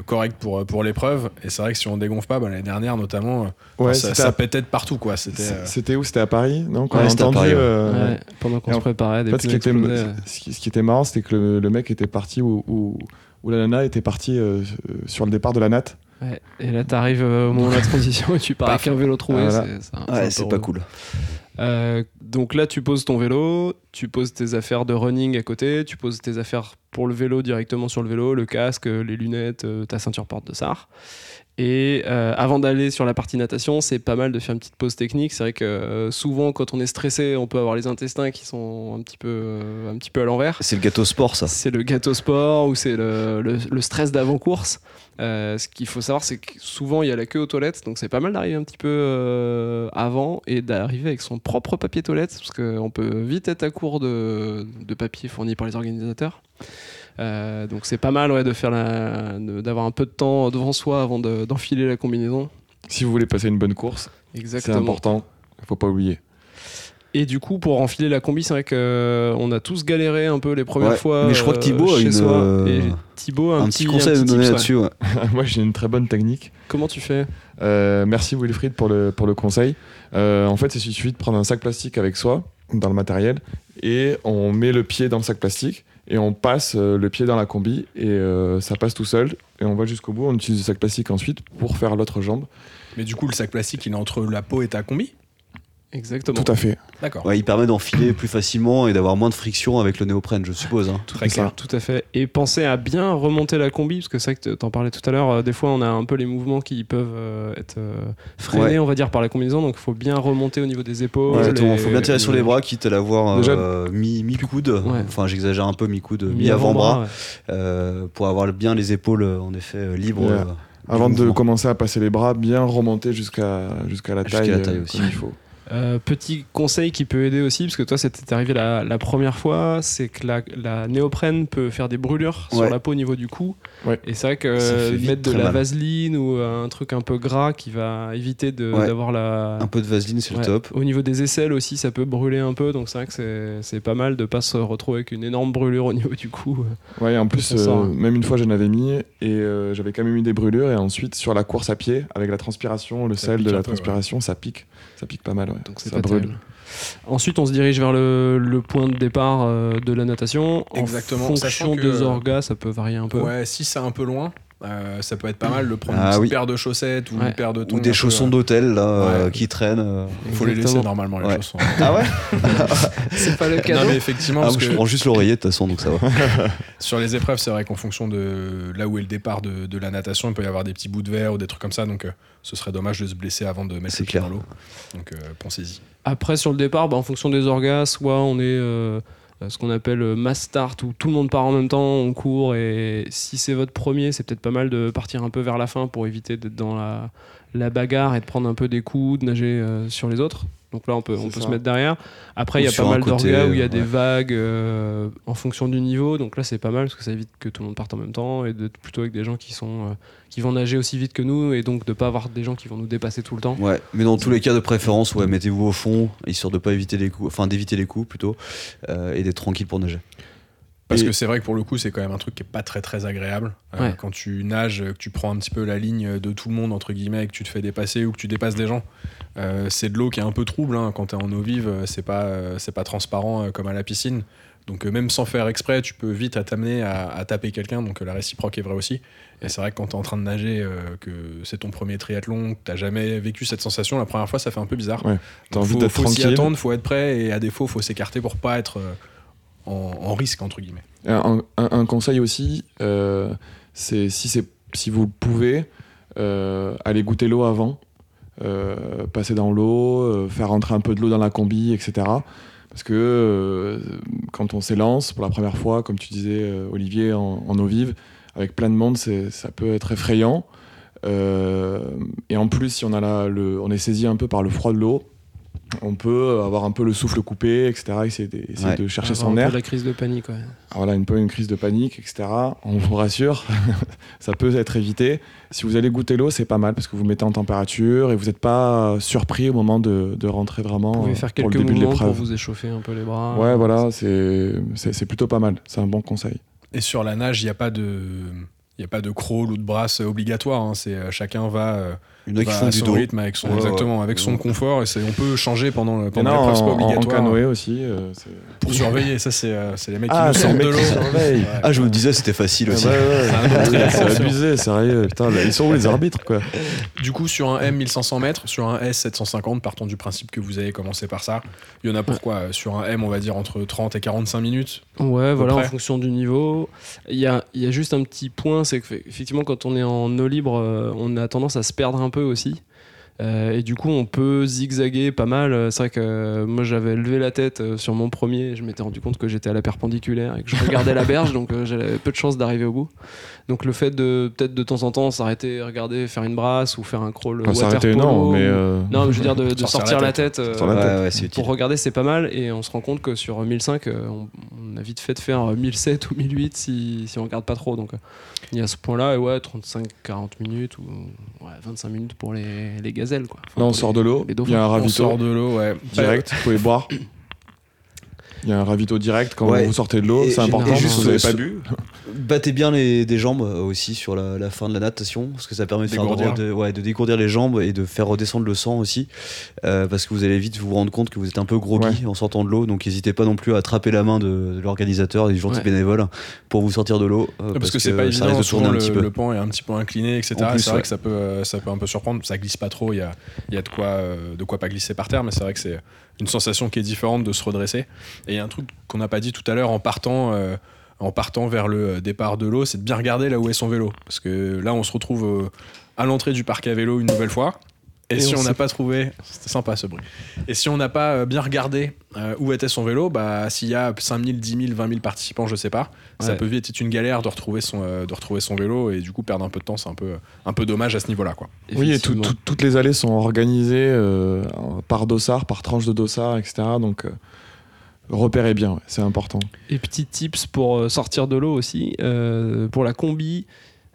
S1: correct pour, pour l'épreuve. Et c'est vrai que si on dégonfle pas, bah, l'année dernière notamment, euh,
S4: Ouais,
S1: ça,
S4: c'était
S1: ça
S4: à-
S1: pétait de partout quoi. C'était, euh,
S4: c'est- c'était où C'était à Paris, non Qu'on
S3: Ouais,
S4: a
S3: c'était à
S4: entendu.
S3: Paris, ouais.
S4: euh,
S5: Ouais,
S4: ouais.
S5: pendant qu'on
S4: Et
S5: se
S4: en-
S5: préparait, des
S4: En fait, ce
S5: pneus
S4: qui, était,
S5: explosaient.
S4: ce qui- ce qui était marrant, c'était que le, le mec était parti où, où- où la nana était partie euh, sur le départ de la natte.
S5: Ouais. Et là, t'arrives euh, au moment de la transition et tu pars
S1: Paf.
S5: avec un vélo troué.
S4: Ah, voilà.
S5: c'est- c'est un- un
S3: Ouais,
S5: peu
S3: c'est pas
S5: relou.
S3: cool.
S5: Euh, donc là, tu poses ton vélo, tu poses tes affaires de running à côté, tu poses tes affaires pour le vélo directement sur le vélo, le casque, euh, les lunettes, euh, ta ceinture porte de sar. Et euh, avant d'aller sur la partie natation, c'est pas mal de faire une petite pause technique. C'est vrai que euh, souvent, quand on est stressé, on peut avoir les intestins qui sont un petit peu, euh, un petit peu à l'envers.
S3: C'est le gâteau sport, ça.
S5: C'est le gâteau sport ou c'est le, le- le stress d'avant-course. Euh, ce qu'il faut savoir, c'est que souvent il y a la queue aux toilettes, donc c'est pas mal d'arriver un petit peu euh, avant et d'arriver avec son propre papier toilette, parce qu'on peut vite être à court de, de papier fourni par les organisateurs. Euh, donc c'est pas mal ouais, de faire la- de- d'avoir un peu de temps devant soi avant de- d'enfiler la combinaison.
S4: Si vous voulez passer une bonne course, c'est important. Faut pas oublier. <laughs>
S5: Et du coup, pour enfiler la combi, c'est vrai qu'on a tous galéré un peu les premières
S3: Ouais,
S5: fois.
S3: mais je crois que Thibaut a
S5: chez
S3: une,
S5: soi.
S3: euh,
S5: Et Thibaut a
S3: Un,
S5: un,
S3: petit conseil à
S5: un
S3: nous
S5: petit
S3: donner
S5: tips, ouais.
S3: là-dessus. ouais.
S4: Moi, j'ai une très bonne technique.
S5: Comment tu fais
S4: Euh, merci Wilfried pour le, pour le conseil. Euh, en fait, il suffit de prendre un sac plastique avec soi, dans le matériel, et on met le pied dans le sac plastique, et on passe euh, le pied dans la combi, et euh, ça passe tout seul, et on va jusqu'au bout, on utilise le sac plastique ensuite pour faire l'autre jambe.
S1: Mais du coup, le sac plastique, il est entre la peau et ta combi
S5: Exactement.
S4: Tout à fait.
S1: D'accord.
S3: Ouais, il permet d'enfiler plus facilement et d'avoir moins de friction avec le néoprène, je suppose. hein.
S1: Très
S4: ça.
S1: clair.
S5: Tout à fait. Et pensez à bien remonter la combi, parce que c'est vrai que t'en parlais tout à l'heure, euh, des fois on a un peu les mouvements qui peuvent euh, être euh, freinés,
S3: Ouais.
S5: on va dire, par la combinaison, donc il faut bien remonter au niveau des épaules.
S3: Exactement,
S5: et-
S3: faut bien tirer sur les bras, quitte à l'avoir
S4: Déjà-
S3: euh, mi- mi-coude,
S5: Ouais.
S3: enfin j'exagère un peu mi-coude,
S5: Mi-avant-bras,
S3: mi-avant-bras, euh, pour avoir bien les épaules euh, en effet euh, libres.
S4: Ouais.
S3: euh,
S4: Avant de
S3: mouvement.
S4: commencer à passer les bras, bien remonter jusqu'à jusqu'à la
S3: Jusqu'à
S4: taille,
S3: la taille
S4: euh,
S3: aussi.
S4: comme il faut.
S5: Euh, petit conseil qui peut aider aussi, parce que toi, c'était arrivé la, la première fois, c'est que la, la néoprène peut faire des brûlures sur
S3: Ouais.
S5: la peau au niveau du cou.
S4: Ouais.
S5: Et c'est vrai que
S3: Ça fait
S5: euh,
S3: vite
S5: mettre de
S3: très
S5: la
S3: mal.
S5: vaseline ou un truc un peu gras qui va éviter de-
S3: Ouais.
S5: d'avoir la.
S3: Un peu de vaseline, c'est
S5: Ouais.
S3: le top.
S5: Au niveau des aisselles aussi, ça peut brûler un peu, donc c'est vrai que c'est- c'est pas mal de pas se retrouver avec une énorme brûlure au niveau du cou.
S4: Ouais, en plus,
S5: Ça sort,
S4: euh,
S5: hein.
S4: même une fois, j'en avais mis et euh, j'avais quand même eu des brûlures. Et ensuite, sur la course à pied, avec la transpiration, le
S1: Ça
S4: sel
S1: pique
S4: de
S1: un
S4: la
S1: peu, ouais.
S4: transpiration, ça pique. Ça pique pas mal, ouais.
S5: Donc c'est
S4: ça
S5: pas terrible. Ensuite, on se dirige vers le, le point de départ euh, de la natation.
S1: Exactement,
S5: En
S1: sachant
S5: fonction
S1: que-
S5: des orgas, ça peut varier un peu.
S1: Ouais, si c'est un peu loin, euh, ça peut être pas mal de prendre
S3: Ah
S1: une petite
S3: oui.
S1: paire de chaussettes ou
S5: Ouais.
S1: une paire de tongs
S3: Ou
S1: un
S3: des
S1: peu,
S3: chaussons
S1: euh,
S3: d'hôtel là, euh,
S1: Ouais.
S3: qui traînent. euh.
S1: Faut les laisser
S5: Exactement.
S1: normalement les
S3: Ouais.
S1: chaussons.
S3: Ah ouais
S5: C'est <laughs> pas le
S1: Non
S5: cadeau.
S1: mais effectivement
S3: Ah,
S1: parce
S3: moi, Je
S1: que
S3: prends juste l'oreiller de toute façon, donc ça va.
S1: sur les épreuves c'est vrai qu'en fonction de là où est le départ de, de la natation il peut y avoir des petits bouts de verre ou des trucs comme ça donc euh, ce serait dommage de se blesser avant de mettre
S3: C'est
S1: le pied
S3: clair.
S1: dans l'eau donc euh, pensez-y
S5: Après, sur le départ, bah, en fonction des orgas, soit on est euh, euh, ce qu'on appelle euh, mass start, où tout le monde part en même temps, on court, et si c'est votre premier, c'est peut-être pas mal de partir un peu vers la fin pour éviter d'être dans la, la bagarre et de prendre un peu des coups, de nager euh, sur les autres. Donc là, on peut, on
S4: C'est
S5: peut
S4: ça.
S5: se mettre derrière. Après, il
S3: Ou
S5: y a
S3: sur
S5: pas
S3: un
S5: mal
S3: côté,
S5: d'orgas où il y a
S3: ouais.
S5: des vagues euh, en fonction du niveau. Donc là, c'est pas mal parce que ça évite que tout le monde parte en même temps et d'être plutôt avec des gens qui, sont, euh, qui vont nager aussi vite que nous et donc de pas avoir des gens qui vont nous dépasser tout le temps.
S3: Ouais, mais dans tous les cas de préférence, ouais, mettez-vous au fond, histoire de pas éviter les coups, enfin d'éviter les coups plutôt, euh, et d'être tranquille pour nager.
S1: Parce
S4: Et-
S1: que c'est vrai que pour le coup, c'est quand même un truc qui est pas très très agréable. Euh,
S5: Ouais.
S1: quand tu nages, euh, que tu prends un petit peu la ligne de tout le monde, entre guillemets, et que tu te fais dépasser ou que tu dépasses
S4: Mm.
S1: des gens, euh, c'est de l'eau qui est un peu trouble. hein. Quand tu es en eau vive, euh, c'est pas, euh, c'est pas transparent euh, comme à la piscine. Donc euh, même sans faire exprès, tu peux vite t'amener à, à taper quelqu'un. Donc euh, la réciproque est vraie aussi. Et c'est vrai que quand tu es en train de nager, euh, que c'est ton premier triathlon, que tu jamais vécu cette sensation, la première fois, ça fait un peu bizarre.
S4: T'as
S1: Donc,
S4: envie
S1: faut-
S4: d'être
S1: faut s'y
S4: tranquille.
S1: attendre, faut être prêt. Et à défaut, faut s'écarter pour pas être euh, en- en risque, entre guillemets.
S4: Un, un- un conseil aussi, euh, c'est si, c'est- si vous le pouvez, euh, allez goûter l'eau avant, euh, passer dans l'eau, euh, faire rentrer un peu de l'eau dans la combi, etc. Parce que euh, quand on s'élance pour la première fois, comme tu disais euh, Olivier, en, en eau vive, avec plein de monde, c'est- ça peut être effrayant. Euh, et en plus, si on, a la- le- on est saisi un peu par le froid de l'eau, on peut avoir un peu le souffle coupé, etc. Essayer, de- essayer
S3: Ouais.
S4: de chercher
S5: Avoir un
S4: son
S5: peu
S4: air.
S5: La crise de panique, ouais.
S4: Ah, voilà, un peu une crise de panique, etc. On vous rassure, <laughs> ça peut être évité. Si vous allez goûter l'eau, c'est pas mal parce que vous mettez en température et vous n'êtes pas euh, surpris au moment de, de rentrer vraiment
S5: Vous
S4: euh,
S5: pouvez faire
S4: pour
S5: quelques
S4: le début de
S5: mouvements pour
S4: l'épreuve.
S5: vous échauffer un peu les bras.
S4: Ouais, voilà, c'est c'est- c'est plutôt pas mal. C'est un bon conseil.
S1: Et sur la nage, il n'y a pas de. Il n'y a pas de crawl ou de brasse obligatoire. hein. C'est, euh, chacun va, euh,
S3: Il y en a qui
S1: va
S3: font
S1: à
S3: du
S1: son
S3: dos.
S1: rythme avec son,
S3: Ouais, ouais.
S1: exactement, avec son
S3: Ouais.
S1: confort. Et c'est, on peut changer pendant, le-
S4: Il y en
S1: pendant
S4: a
S1: l'épreuve, c'est
S4: en,
S1: pas
S4: en- en
S1: obligatoire.
S4: canoë aussi. euh, c'est-
S1: pour surveiller, ça, c'est, euh, c'est les mecs
S4: Ah,
S1: qui nous
S4: c'est
S1: sortent
S4: le
S1: de
S4: mec
S1: l'eau.
S4: qui surveille.
S1: Ouais.
S3: Ah, je me disais, c'était facile
S4: Ouais,
S3: aussi.
S4: ouais, ouais.
S1: C'est un autre
S4: Ouais,
S1: effort,
S4: C'est
S1: ça.
S4: abusé, sérieux. Putain, là, ils sont où les arbitres, quoi
S1: Du coup, sur un M 1500 mètres, sur un S 750, partons du principe que vous avez commencé par ça. Il y en a pourquoi euh, Sur un M, on va dire entre 30 et 45 minutes.
S5: Ouais, voilà, en
S1: près.
S5: fonction du niveau. Il y a, il y a juste un petit point, c'est qu'effectivement, quand on est en eau libre, euh, on a tendance à se perdre un peu aussi. Euh, et du coup, on peut zigzaguer pas mal. Euh, C'est vrai que euh, moi, j'avais levé la tête euh, sur mon premier. et Je m'étais rendu compte que j'étais à la perpendiculaire et que je regardais la berge, donc euh, j'avais peu de chance d'arriver au bout. Donc, le fait de peut-être de temps en temps s'arrêter, regarder, faire une brasse ou faire un crawl
S4: Enfin,
S5: water
S4: S'arrêter,
S5: polo
S4: non, mais.
S5: ou-
S4: euh,
S5: non, mais je veux dire de, de
S1: Sortir
S5: sortir
S1: la
S5: la tête. euh,
S4: Sortir la tête.
S3: Ouais, ouais, c'est utile.
S5: pour regarder, c'est pas mal. Et on se rend compte que sur 1005, euh, on, on on a vite fait de faire euh, 1007 ou 1008 si, si on regarde pas trop. Donc euh, il y a ce point-là, et ouais, 35-40 minutes ou ouais, 25 minutes pour les, les gazelles. Quoi. Enfin,
S4: Là, on
S5: pour
S4: sort
S5: les-
S4: de l'eau,
S5: les
S4: il y a
S5: dauphins.
S4: un
S1: On
S4: ravito
S1: sort de l'eau, ouais.
S4: direct, vous pouvez boire. Il y a un ravito direct quand
S3: Ouais.
S4: vous sortez de l'eau,
S3: Et
S4: c'est important.
S5: généralement,
S4: si vous
S3: euh,
S4: n'avez pas
S3: ce-
S4: bu,
S3: Battez bien les, des jambes euh, aussi sur la, la fin de la natation, parce que ça permet de, faire
S1: Dégourdir.
S3: de, ouais, de dégourdir les jambes et de faire redescendre le sang aussi, euh, parce que vous allez vite vous rendre compte que vous êtes un peu groggy en sortant de l'eau, donc n'hésitez pas non plus à attraper la main de, de l'organisateur, des gentils
S5: Ouais.
S3: bénévoles, pour vous sortir de l'eau, euh,
S1: Parce, que, c'est pas évident,
S3: ça risque de tourner
S1: souvent
S3: un
S1: le,
S3: petit peu.
S1: le pan est un petit peu incliné, etc.
S3: En plus,
S1: c'est vrai
S3: ouais.
S1: que ça peut, euh, ça peut un peu surprendre, ça glisse pas trop, il y a, il y a de, quoi, euh, de quoi pas glisser par terre, mais c'est vrai que c'est une sensation qui est différente de se redresser. Et il y a un truc qu'on n'a pas dit tout à l'heure en partant. euh, en partant vers le euh, départ de l'eau, c'est de bien regarder là où est son vélo. Parce que là, on se retrouve euh, à l'entrée du parc à vélo une nouvelle fois. Et,
S5: Et
S1: si
S5: on
S1: on n'a
S5: sait-
S1: pas trouvé, c'était sympa ce bruit. Et si on n'a pas euh, bien regardé euh, où était son vélo, bah s'il y a 5000, 10 000, 20 000 participants, je sais pas, ça
S5: Ouais.
S1: peut vite être une galère de retrouver son, euh, de retrouver son vélo et du coup perdre un peu de temps, c'est un peu, un peu dommage à ce niveau-là quoi.
S4: Oui, et tout-
S5: Effectivement.
S4: tout- toutes les allées sont organisées euh, par dossard, par tranche de dossard, etc. Donc, euh, repérez bien, ouais, c'est important.
S5: Et petit tips pour euh, sortir de l'eau aussi, euh, pour la combi,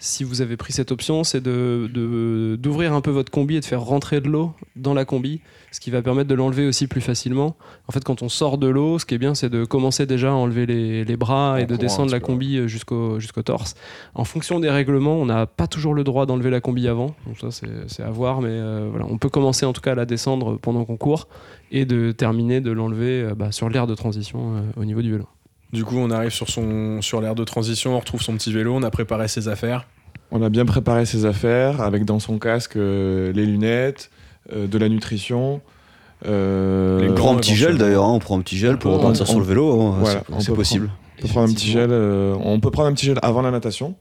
S5: si vous avez pris cette option, c'est d'ouvrir de, d'ouvrir un peu votre combi et de faire rentrer de l'eau dans la combi, ce qui va permettre de l'enlever aussi plus facilement. En fait, quand on sort de l'eau, ce qui est bien, c'est de commencer déjà à enlever les, les bras
S1: En
S5: et de
S1: courant un
S5: descendre
S1: petit
S5: la
S1: peu,
S5: combi euh, jusqu'au jusqu'au torse. En fonction des règlements, on n'a pas toujours le droit d'enlever la combi avant, donc ça c'est c'est à voir, mais euh, voilà, on peut commencer en tout cas à la descendre pendant qu'on court et de terminer de l'enlever euh, bah, sur l'aire de transition euh, au niveau du vélo.
S1: Du coup, on arrive sur, son, sur l'aire de transition, on retrouve son petit vélo, on a préparé ses affaires.
S4: On a bien préparé ses affaires, avec dans son casque euh, les lunettes, euh, de la nutrition. euh,
S1: Les
S3: On
S1: gants,
S3: prend un petit gel
S1: éventuellement.
S3: d'ailleurs, hein, on prend un petit gel pour
S5: On-
S3: repartir
S4: on-
S3: sur le vélo, hein,
S4: Voilà,
S3: c'est-
S4: on
S3: c'est
S4: peut
S3: possible.
S4: on peut prendre un petit
S5: Effectivement.
S4: gel. euh, on peut prendre un petit gel avant la natation.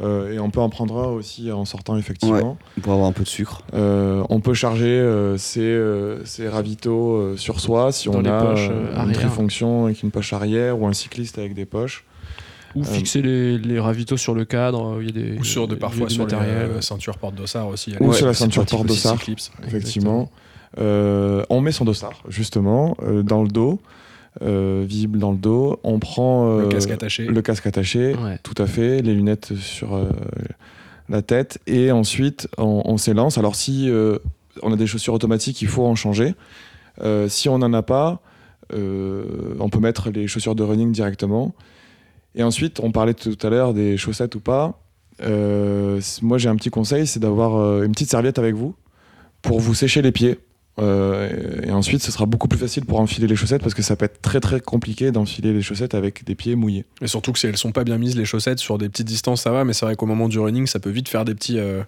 S4: euh, et on peut en prendre un aussi en sortant effectivement.
S3: Ouais. Pour avoir un peu de sucre.
S4: Euh, on peut charger euh, ses, euh, ses ravitaux euh, sur soi si
S5: Dans
S4: on
S5: les
S4: a
S5: poches, euh,
S4: euh, une
S5: arrière.
S4: trifonction avec une poche arrière ou un cycliste avec des poches.
S5: Ou
S4: Euh,
S5: fixer les, les ravitaux sur le cadre, euh, il y a des.
S1: Ou sur de
S5: il y a
S1: parfois
S5: du
S1: sur les
S5: matériel.
S1: euh, ceintures porte-dossard aussi.
S4: Ou
S1: Ouais,
S4: sur la
S1: c'est
S4: ceinture
S1: pratique aussi,
S4: porte-dossard.
S1: ces clips.
S4: effectivement. Euh, on met son dossard, justement, euh, dans le dos, euh, visible dans le dos. On prend euh,
S1: le casque attaché.
S4: le casque attaché,
S5: Ouais.
S4: tout à fait, les lunettes sur euh, la tête. Et ensuite, on, on s'élance. Alors, si euh, on a des chaussures automatiques, il faut en changer. Euh, si on n'en a pas, euh, on peut mettre les chaussures de running directement. Et ensuite, on parlait tout à l'heure des chaussettes ou pas. Euh, c- moi, j'ai un petit conseil, c'est d'avoir euh, une petite serviette avec vous pour vous sécher les pieds. Euh, et et ensuite, ce sera beaucoup plus facile pour enfiler les chaussettes parce que ça peut être très très compliqué d'enfiler les chaussettes avec des pieds mouillés.
S1: Et surtout que si elles sont pas bien mises les chaussettes sur des petites distances, ça va, mais c'est vrai qu'au moment du running, ça peut vite faire des petits euh,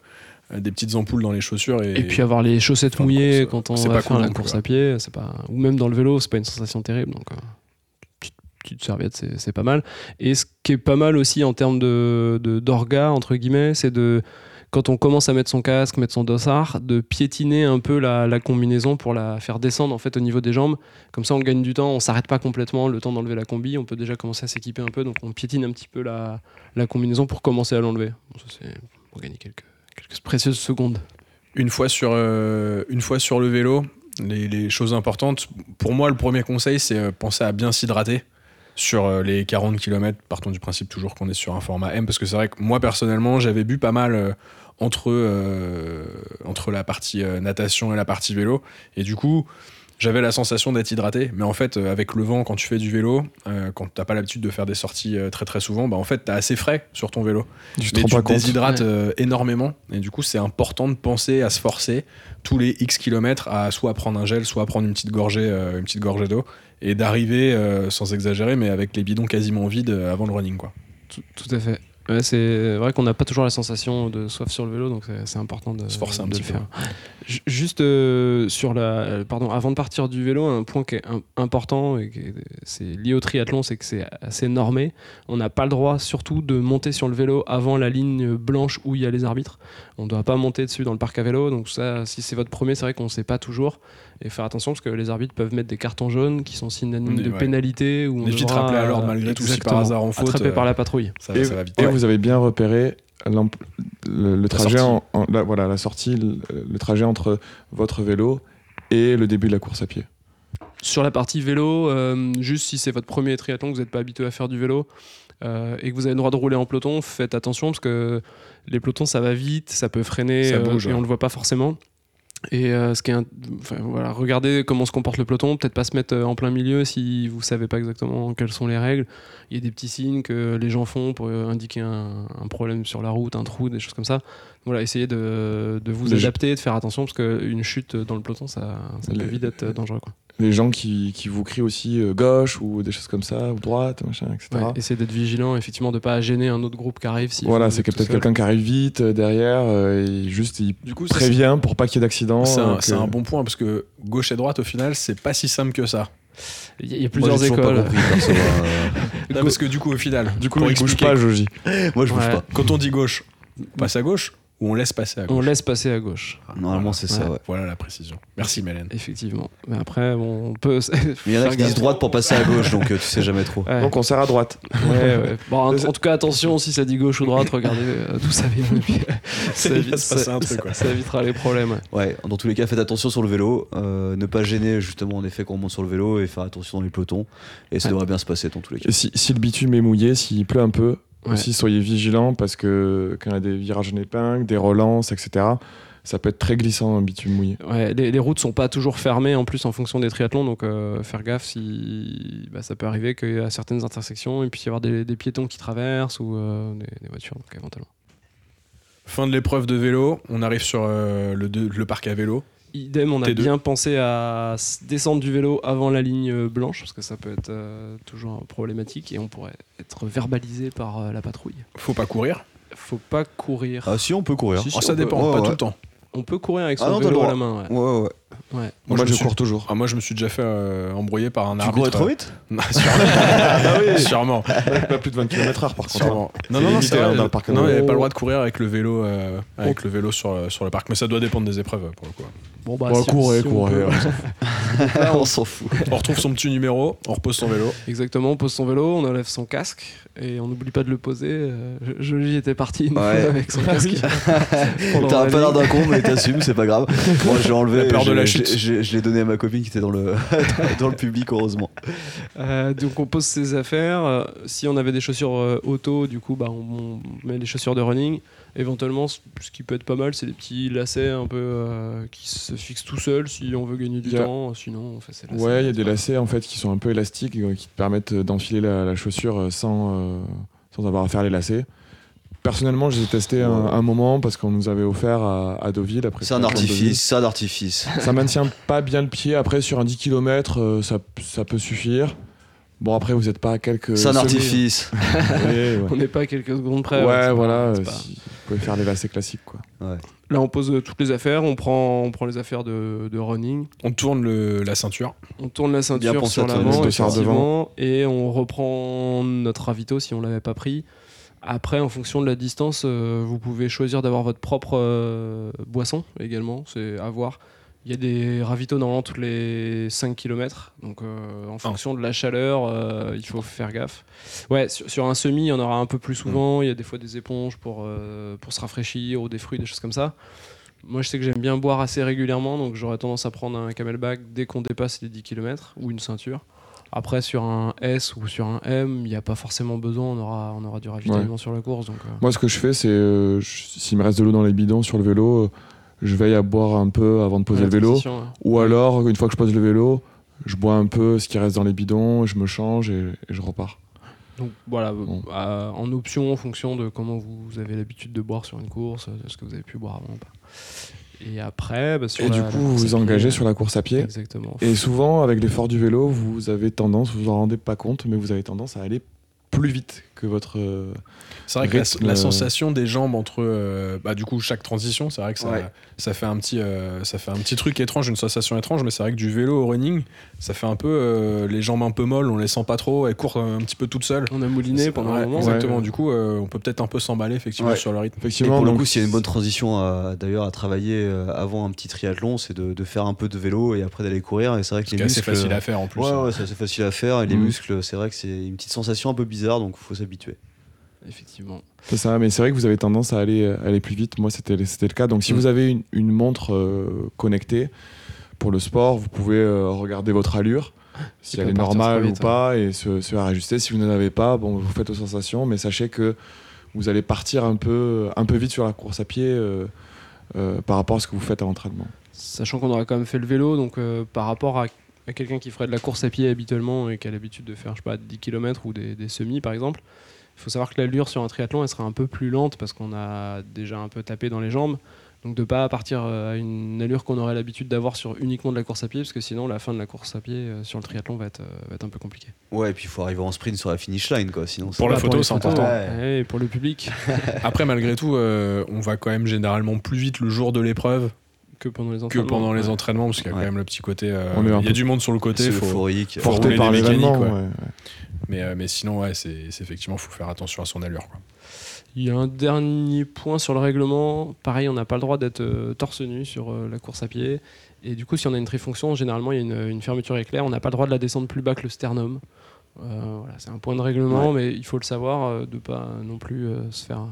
S1: des petites ampoules dans les chaussures et,
S5: Et puis avoir les chaussettes
S1: Enfin,
S5: mouillées
S1: course,
S5: quand on
S1: c'est
S5: va
S1: pas
S5: faire
S1: cool
S5: la
S1: non plus,
S5: course
S1: ouais.
S5: à pied, c'est pas ou même dans le vélo, c'est pas une sensation terrible. Donc euh, petite, petite serviette, c'est c'est pas mal. Et ce qui est pas mal aussi en termes de de- d'orga entre guillemets, c'est de quand on commence à mettre son casque, mettre son dossard, de piétiner un peu la, la combinaison pour la faire descendre en fait au niveau des jambes. Comme ça, on gagne du temps, on s'arrête pas complètement, le temps d'enlever la combi, on peut déjà commencer à s'équiper un peu, donc on piétine un petit peu la, la combinaison pour commencer à l'enlever. Bon, ça, c'est pour gagner quelques, quelques précieuses secondes.
S1: une fois sur euh, une fois sur le vélo, les, les choses importantes. Pour moi, le premier conseil, c'est euh, penser à bien s'hydrater sur euh, les 40 km. Partons du principe toujours qu'on est sur un format M, parce que c'est vrai que moi personnellement, j'avais bu pas mal. euh, entre, euh, entre la partie euh, natation et la partie vélo. Et du coup, j'avais la sensation d'être hydraté. Mais en fait, euh, avec le vent, quand tu fais du vélo, euh, quand t'as pas l'habitude de faire des sorties euh, très très souvent, bah en fait, t'as assez frais sur ton vélo
S4: Tu te
S1: mais
S4: rends
S1: tu
S4: pas
S1: te
S4: compte.
S1: déshydrates euh, énormément et du coup c'est important de penser à se forcer tous les X kilomètres à soit prendre un gel soit prendre une petite gorgée euh, une petite gorgée d'eau et d'arriver euh, sans exagérer mais avec les bidons quasiment vides euh, avant le running quoi.
S5: Tout, tout à fait. Ouais, c'est vrai qu'on n'a pas toujours la sensation de soif sur le vélo, donc c'est- c'est important de
S1: Se forcer un
S5: de
S1: petit
S5: le faire. Ju- Juste euh, sur la, euh, pardon, avant de partir du vélo, un point qui est im- important et qui est- c'est lié au triathlon, c'est que c'est assez normé. On n'a pas le droit, surtout, de monter sur le vélo avant la ligne blanche où il y a les arbitres. On ne doit pas monter dessus dans le parc à vélo. Donc ça, si c'est votre premier, c'est vrai qu'on ne sait pas toujours et faire attention parce que les arbitres peuvent mettre des cartons jaunes qui sont synonymes
S1: Oui,
S5: de
S1: ouais.
S5: pénalité ou on
S1: Mais vite
S5: devra,
S1: rappelé à l'ordre malgré tout, si par
S5: exactement,
S1: hasard on faute,
S5: attrapé
S1: euh,
S5: par la patrouille.
S1: Ça,
S4: Et,
S1: ça va vite.
S4: et
S1: Ouais.
S4: vous avez bien repéré l'emp- le, le trajet,
S1: sortie.
S4: en- en- la, voilà, la sortie, le, le trajet entre votre vélo et le début de la course à pied.
S5: Sur la partie vélo, euh, juste si c'est votre premier triathlon, que vous n'êtes pas habitué à faire du vélo euh, et que vous avez le droit de rouler en peloton, faites attention parce que les pelotons ça va vite, ça peut freiner
S1: Ça
S5: euh,
S1: bouge,
S5: et
S1: ouais.
S5: on le voit pas forcément. Et euh, ce qui est, un- enfin, voilà, regardez comment se comporte le peloton, peut-être pas se mettre euh, en plein milieu si vous savez pas exactement quelles sont les règles. Il y a des petits signes que les gens font pour euh, indiquer un, un problème sur la route, un trou, des choses comme ça. Voilà, essayez de, de vous
S4: Les-
S5: adapter, de faire attention parce qu'une chute dans le peloton, ça, ça peut
S4: Les-
S5: vite être euh, dangereux. Quoi.
S4: Les gens qui, qui vous crient aussi euh, gauche ou des choses comme ça, ou droite, machin, etc.
S5: Ouais, Essayez d'être vigilant, effectivement, de pas gêner un autre groupe qui arrive. Si
S4: voilà,
S5: vous
S4: c'est
S5: êtes
S4: que
S5: tout
S4: peut-être
S5: seul.
S4: quelqu'un qui arrive vite euh, derrière euh, et juste il
S1: Du coup, c'est
S4: prévient pour pas qu'il y ait d'accident.
S1: c'est
S4: euh,
S1: un,
S4: que-
S1: c'est un bon point parce que gauche et droite, au final, c'est pas si simple que ça.
S5: Il y a- il y a
S3: Moi,
S5: plusieurs
S3: j'ai toujours
S5: écoles.
S3: Pas compris, perso, euh,
S1: Non, parce que du coup, au final,
S4: Du coup,
S1: pour
S4: il bouge
S1: expliquer,
S4: pas, Joji.
S3: <laughs> Moi, je bouge
S5: Ouais.
S3: pas.
S1: quand on dit gauche, on passe à gauche ou on laisse passer à
S5: On
S1: gauche
S5: laisse passer à gauche,
S3: Normalement, c'est ça, ouais.
S1: Voilà la précision. Merci,
S4: <laughs>
S1: Mélène.
S5: effectivement. Mais après, bon, on peut. <laughs>
S3: Mais il y en a qui
S5: Regarde.
S3: disent droite pour passer à gauche, donc euh, tu sais jamais trop.
S5: Ouais,
S4: Donc on sert à droite.
S5: ouais,
S4: <laughs>
S5: ouais. Bon, en, en tout cas, attention, si ça dit gauche ou droite, regardez euh, d'où ça vient. et puis, euh, ça,
S1: Il va
S5: évite-
S1: se passer un
S5: ça-
S1: truc, quoi.
S5: ça évitera les problèmes. ouais.
S3: Ouais, dans tous les cas, faites attention sur le vélo. euh, ne pas gêner, justement, en effet, quand on monte sur le vélo et faire attention dans les pelotons. Et ça
S5: Ouais.
S3: devrait bien se passer, dans tous les cas.
S4: Et Euh, si, si le bitume est mouillé, s'il pleut un peu,
S5: Ouais.
S4: aussi soyez vigilants parce que quand il y a des virages en épingle, des relances, etc., ça peut être très glissant un bitume <laughs> mouillé.
S5: Ouais, les, les routes sont pas toujours fermées en plus en fonction des triathlons, donc euh, faire gaffe si bah, ça peut arriver qu'à certaines intersections il puisse y avoir des, des piétons qui traversent ou euh, des, des voitures, donc éventuellement.
S1: Fin de l'épreuve de vélo. On arrive sur euh, le, deux- le parc à vélo.
S5: Idem, on a
S1: T2.
S5: bien pensé à s- descendre du vélo avant la ligne euh, blanche parce que ça peut être euh, toujours problématique et on pourrait être verbalisé par euh, la patrouille.
S1: Faut pas courir.
S5: Faut pas courir.
S3: Ah, si, on peut courir.
S1: Oh, ça dépend,
S3: Ouais,
S1: pas
S3: ouais.
S1: tout le temps.
S5: On peut courir avec
S3: Ah
S5: son
S3: non, t'as le
S5: vélo à
S3: droit.
S5: la main. ouais.
S3: Ouais, ouais, ouais.
S5: Ouais.
S4: Moi,
S1: je
S4: je,
S1: me
S4: cours toujours.
S1: Ah, moi, je me suis déjà fait euh, embrouiller par un
S3: Tu
S1: arbitre.
S3: courais trop vite
S1: Non, <laughs> sûrement. Sûrement.
S4: pas plus de 20 km/h par contre.
S1: Sûrement. Non,
S4: C'est
S1: non, non,
S4: limité,
S1: c'est vrai,
S4: hein, dans le parc à
S1: non, il
S4: vélo.
S1: n'y avait pas le droit de courir avec le vélo, euh, avec le vélo sur, euh, sur le parc. Mais ça doit dépendre des épreuves, euh, pour le coup.
S5: Bon, bah,
S4: Ouais,
S5: si-
S4: courez,
S5: si on
S4: courez,
S5: peut-
S4: ouais.
S3: On s'en fout.
S1: On retrouve son petit numéro, on repose son vélo.
S5: <laughs> Exactement, on pose son vélo, on enlève son casque et on n'oublie pas de le poser. Euh, je- Jolie était parti une fois
S3: Ouais.
S5: avec son casque. pendant
S3: <laughs> T'as
S5: la
S3: pas l'air
S5: ligne.
S3: d'un con, mais t'assumes, c'est pas grave. Moi, j'ai
S1: La
S3: enlevé.
S1: peur de
S3: j'ai-
S1: la chute.
S3: j'ai- j'ai- Je l'ai donné à ma copine qui était dans le, <laughs> dans le public, heureusement.
S5: Euh, donc on pose ses affaires. Euh, si on avait des chaussures euh, auto, du coup, bah, on, on met des chaussures de running. Éventuellement, ce ce qui peut être pas mal, c'est des petits lacets un peu euh, qui se fixent tout seuls si on veut gagner du
S4: Il y a-
S5: temps. Sinon, on fait ses lacets.
S4: Ouais, il y a des lacets en fait qui sont un peu élastiques euh, qui te permettent d'enfiler la, la chaussure euh, sans, euh, sans avoir à faire les lacets. Personnellement, je les ai testés un, un moment parce qu'on nous avait offert à, à Deauville. après
S3: C'est un
S4: le triathlon de Deauville.
S3: artifice, c'est un artifice. <laughs>
S4: ça maintient pas bien le pied. Après, sur un 10 km, euh, ça, ça peut suffire. Bon, après, vous n'êtes pas à quelques.
S3: C'est un
S4: secondes.
S3: artifice.
S5: <laughs>
S4: Ouais, ouais.
S5: On n'est pas à quelques secondes près.
S4: Ouais,
S5: ouais, c'est pas-
S4: voilà.
S5: c'est
S4: euh,
S5: pas-
S4: si vous pouvez faire les lacets classiques, quoi.
S5: Là, on pose euh, toutes les affaires. On prend, on prend les affaires de, de running.
S1: On tourne le- la ceinture.
S5: On tourne la
S3: Bien
S5: ceinture
S3: pensé
S5: sur
S3: à toi,
S5: l'avant,
S4: le dossard
S5: effectivement, et on reprend notre ravito si on l'avait pas pris. Après, en fonction de la distance, euh, vous pouvez choisir d'avoir votre propre euh, boisson également. C'est à voir. Il y a des ravitaux normalement toutes les 5 km. Donc, euh, en fonction de la chaleur, euh, il faut faire gaffe. Ouais, sur, sur un semi, il y en aura un peu
S4: Mm.
S5: plus souvent. Il y a des fois des éponges pour, euh, pour se rafraîchir ou des fruits, des choses comme ça. Moi, je sais que j'aime bien boire assez régulièrement, donc j'aurais tendance à prendre un camelback dès qu'on dépasse les 10 km ou une ceinture. Après, sur un S ou sur un M, il n'y a pas forcément besoin, on aura, on aura du ravitaillement sur la course. Donc, euh,
S4: Moi, ce que je fais, c'est. euh, je- S'il me reste de l'eau dans les bidons sur le vélo, euh, je veille à boire un peu avant de poser
S5: la
S4: le vélo.
S5: transition, ouais.
S4: Ou alors, une fois que je pose le vélo, je bois un peu ce qui reste dans les bidons, je me change et, et je repars.
S5: Donc voilà,
S4: Bon.
S5: euh, en option, en fonction de comment vous avez l'habitude de boire sur une course, euh, ce que vous avez pu boire avant ou pas. Et après, bah, sur
S4: et
S5: la-
S4: du
S5: la
S4: coup,
S5: course
S4: vous
S5: à
S4: vous
S5: pied,
S4: engagez
S5: euh,
S4: sur la course à pied.
S5: Exactement.
S4: Et souvent, avec l'effort du vélo, vous avez tendance, vous vous en rendez pas compte, mais vous avez tendance à aller plus vite que votre. euh,
S1: C'est vrai que la,
S4: Rythme,
S1: la
S4: euh,
S1: sensation des jambes entre, euh, bah, du coup, chaque transition, c'est vrai que ça,
S3: Ouais.
S1: ça fait un petit, euh, ça fait un petit truc étrange, une sensation étrange, mais c'est vrai que du vélo au running, ça fait un peu euh, les jambes un peu molles, on les sent pas trop, elles courent un petit peu toutes seules.
S5: On a mouliné pendant
S1: Ouais,
S5: un moment.
S1: Exactement.
S4: Ouais.
S1: Du coup, euh, on peut peut-être un peu s'emballer effectivement
S3: Ouais.
S1: sur le rythme.
S3: Et
S4: Effectivement,
S3: pour le
S4: donc,
S3: coup, s'il y a une bonne transition à- d'ailleurs à travailler euh, avant un petit triathlon, c'est de, de faire un peu de vélo et après d'aller courir. Et c'est vrai que
S1: C'est
S3: les
S1: assez
S3: muscles.
S1: facile
S4: euh,
S1: à faire en plus.
S3: Ouais,
S1: hein.
S3: ouais, c'est assez facile à faire. Et les
S4: Mm.
S3: muscles, c'est vrai que c'est une petite sensation un peu bizarre, donc faut s'habituer.
S5: Effectivement.
S4: c'est ça. Mais c'est vrai que vous avez tendance euh, à aller, à aller plus vite. Moi, c'était c'était le cas. Donc, si
S5: Mm.
S4: vous avez une, une montre euh, connectée, pour le sport, vous pouvez euh, regarder votre allure, si
S5: Il
S4: elle
S5: peut
S4: est
S5: Ah, partir
S4: normale
S5: trop
S4: ou
S5: vite,
S4: pas, et se, se réajuster. Si vous n'en avez pas, bon, vous faites aux sensations, mais sachez que vous allez partir un peu, un peu vite sur la course à pied euh, euh, par rapport à ce que vous faites à l'entraînement.
S5: Sachant qu'on aurait quand même fait le vélo, donc euh, par rapport à, à quelqu'un qui ferait de la course à pied habituellement et qui a l'habitude de faire, je sais pas, 10 km ou des, des semis par exemple, il faut savoir que l'allure sur un triathlon, elle sera un peu plus lente parce qu'on a déjà un peu tapé dans les jambes. Donc de pas partir euh, à une allure qu'on aurait l'habitude d'avoir sur uniquement de la course à pied, parce que sinon la fin de la course à pied euh, sur le triathlon va être, euh, va être un peu compliquée.
S3: Ouais, et puis il faut arriver en sprint sur la finish line, quoi. Sinon, c'est-
S1: Pour la
S5: Pas
S1: photo,
S5: les
S1: c'est
S5: photos,
S1: important.
S5: ouais. Ouais, et pour le public,
S1: Après, malgré tout, euh, on va quand même généralement plus vite le jour de l'épreuve
S5: que pendant les
S1: que
S5: entraînements.
S1: pendant les
S5: Ouais.
S1: entraînements, parce qu'il y a
S3: Ouais.
S1: quand même le petit côté. euh,
S4: On est un
S1: il y a
S4: peu-
S1: du monde sur le
S3: c'est
S1: côté, faut-
S3: euphorique.
S1: faut- rouler
S4: Porté par
S1: des mécaniques,
S4: l'événement.
S1: ouais.
S4: ouais, ouais.
S1: Mais, euh, mais sinon, ouais, c'est c'est effectivement, faut faire attention à son allure. quoi.
S5: Il y a un dernier point sur le règlement. Pareil, on n'a pas le droit d'être euh, torse nu sur euh, la course à pied. Et du coup, si on a une trifonction, généralement, il y a une, une fermeture éclair. On n'a pas le droit de la descendre plus bas que le sternum. Euh, voilà, c'est un point de règlement, mais il faut le savoir euh, de pas non plus euh, se faire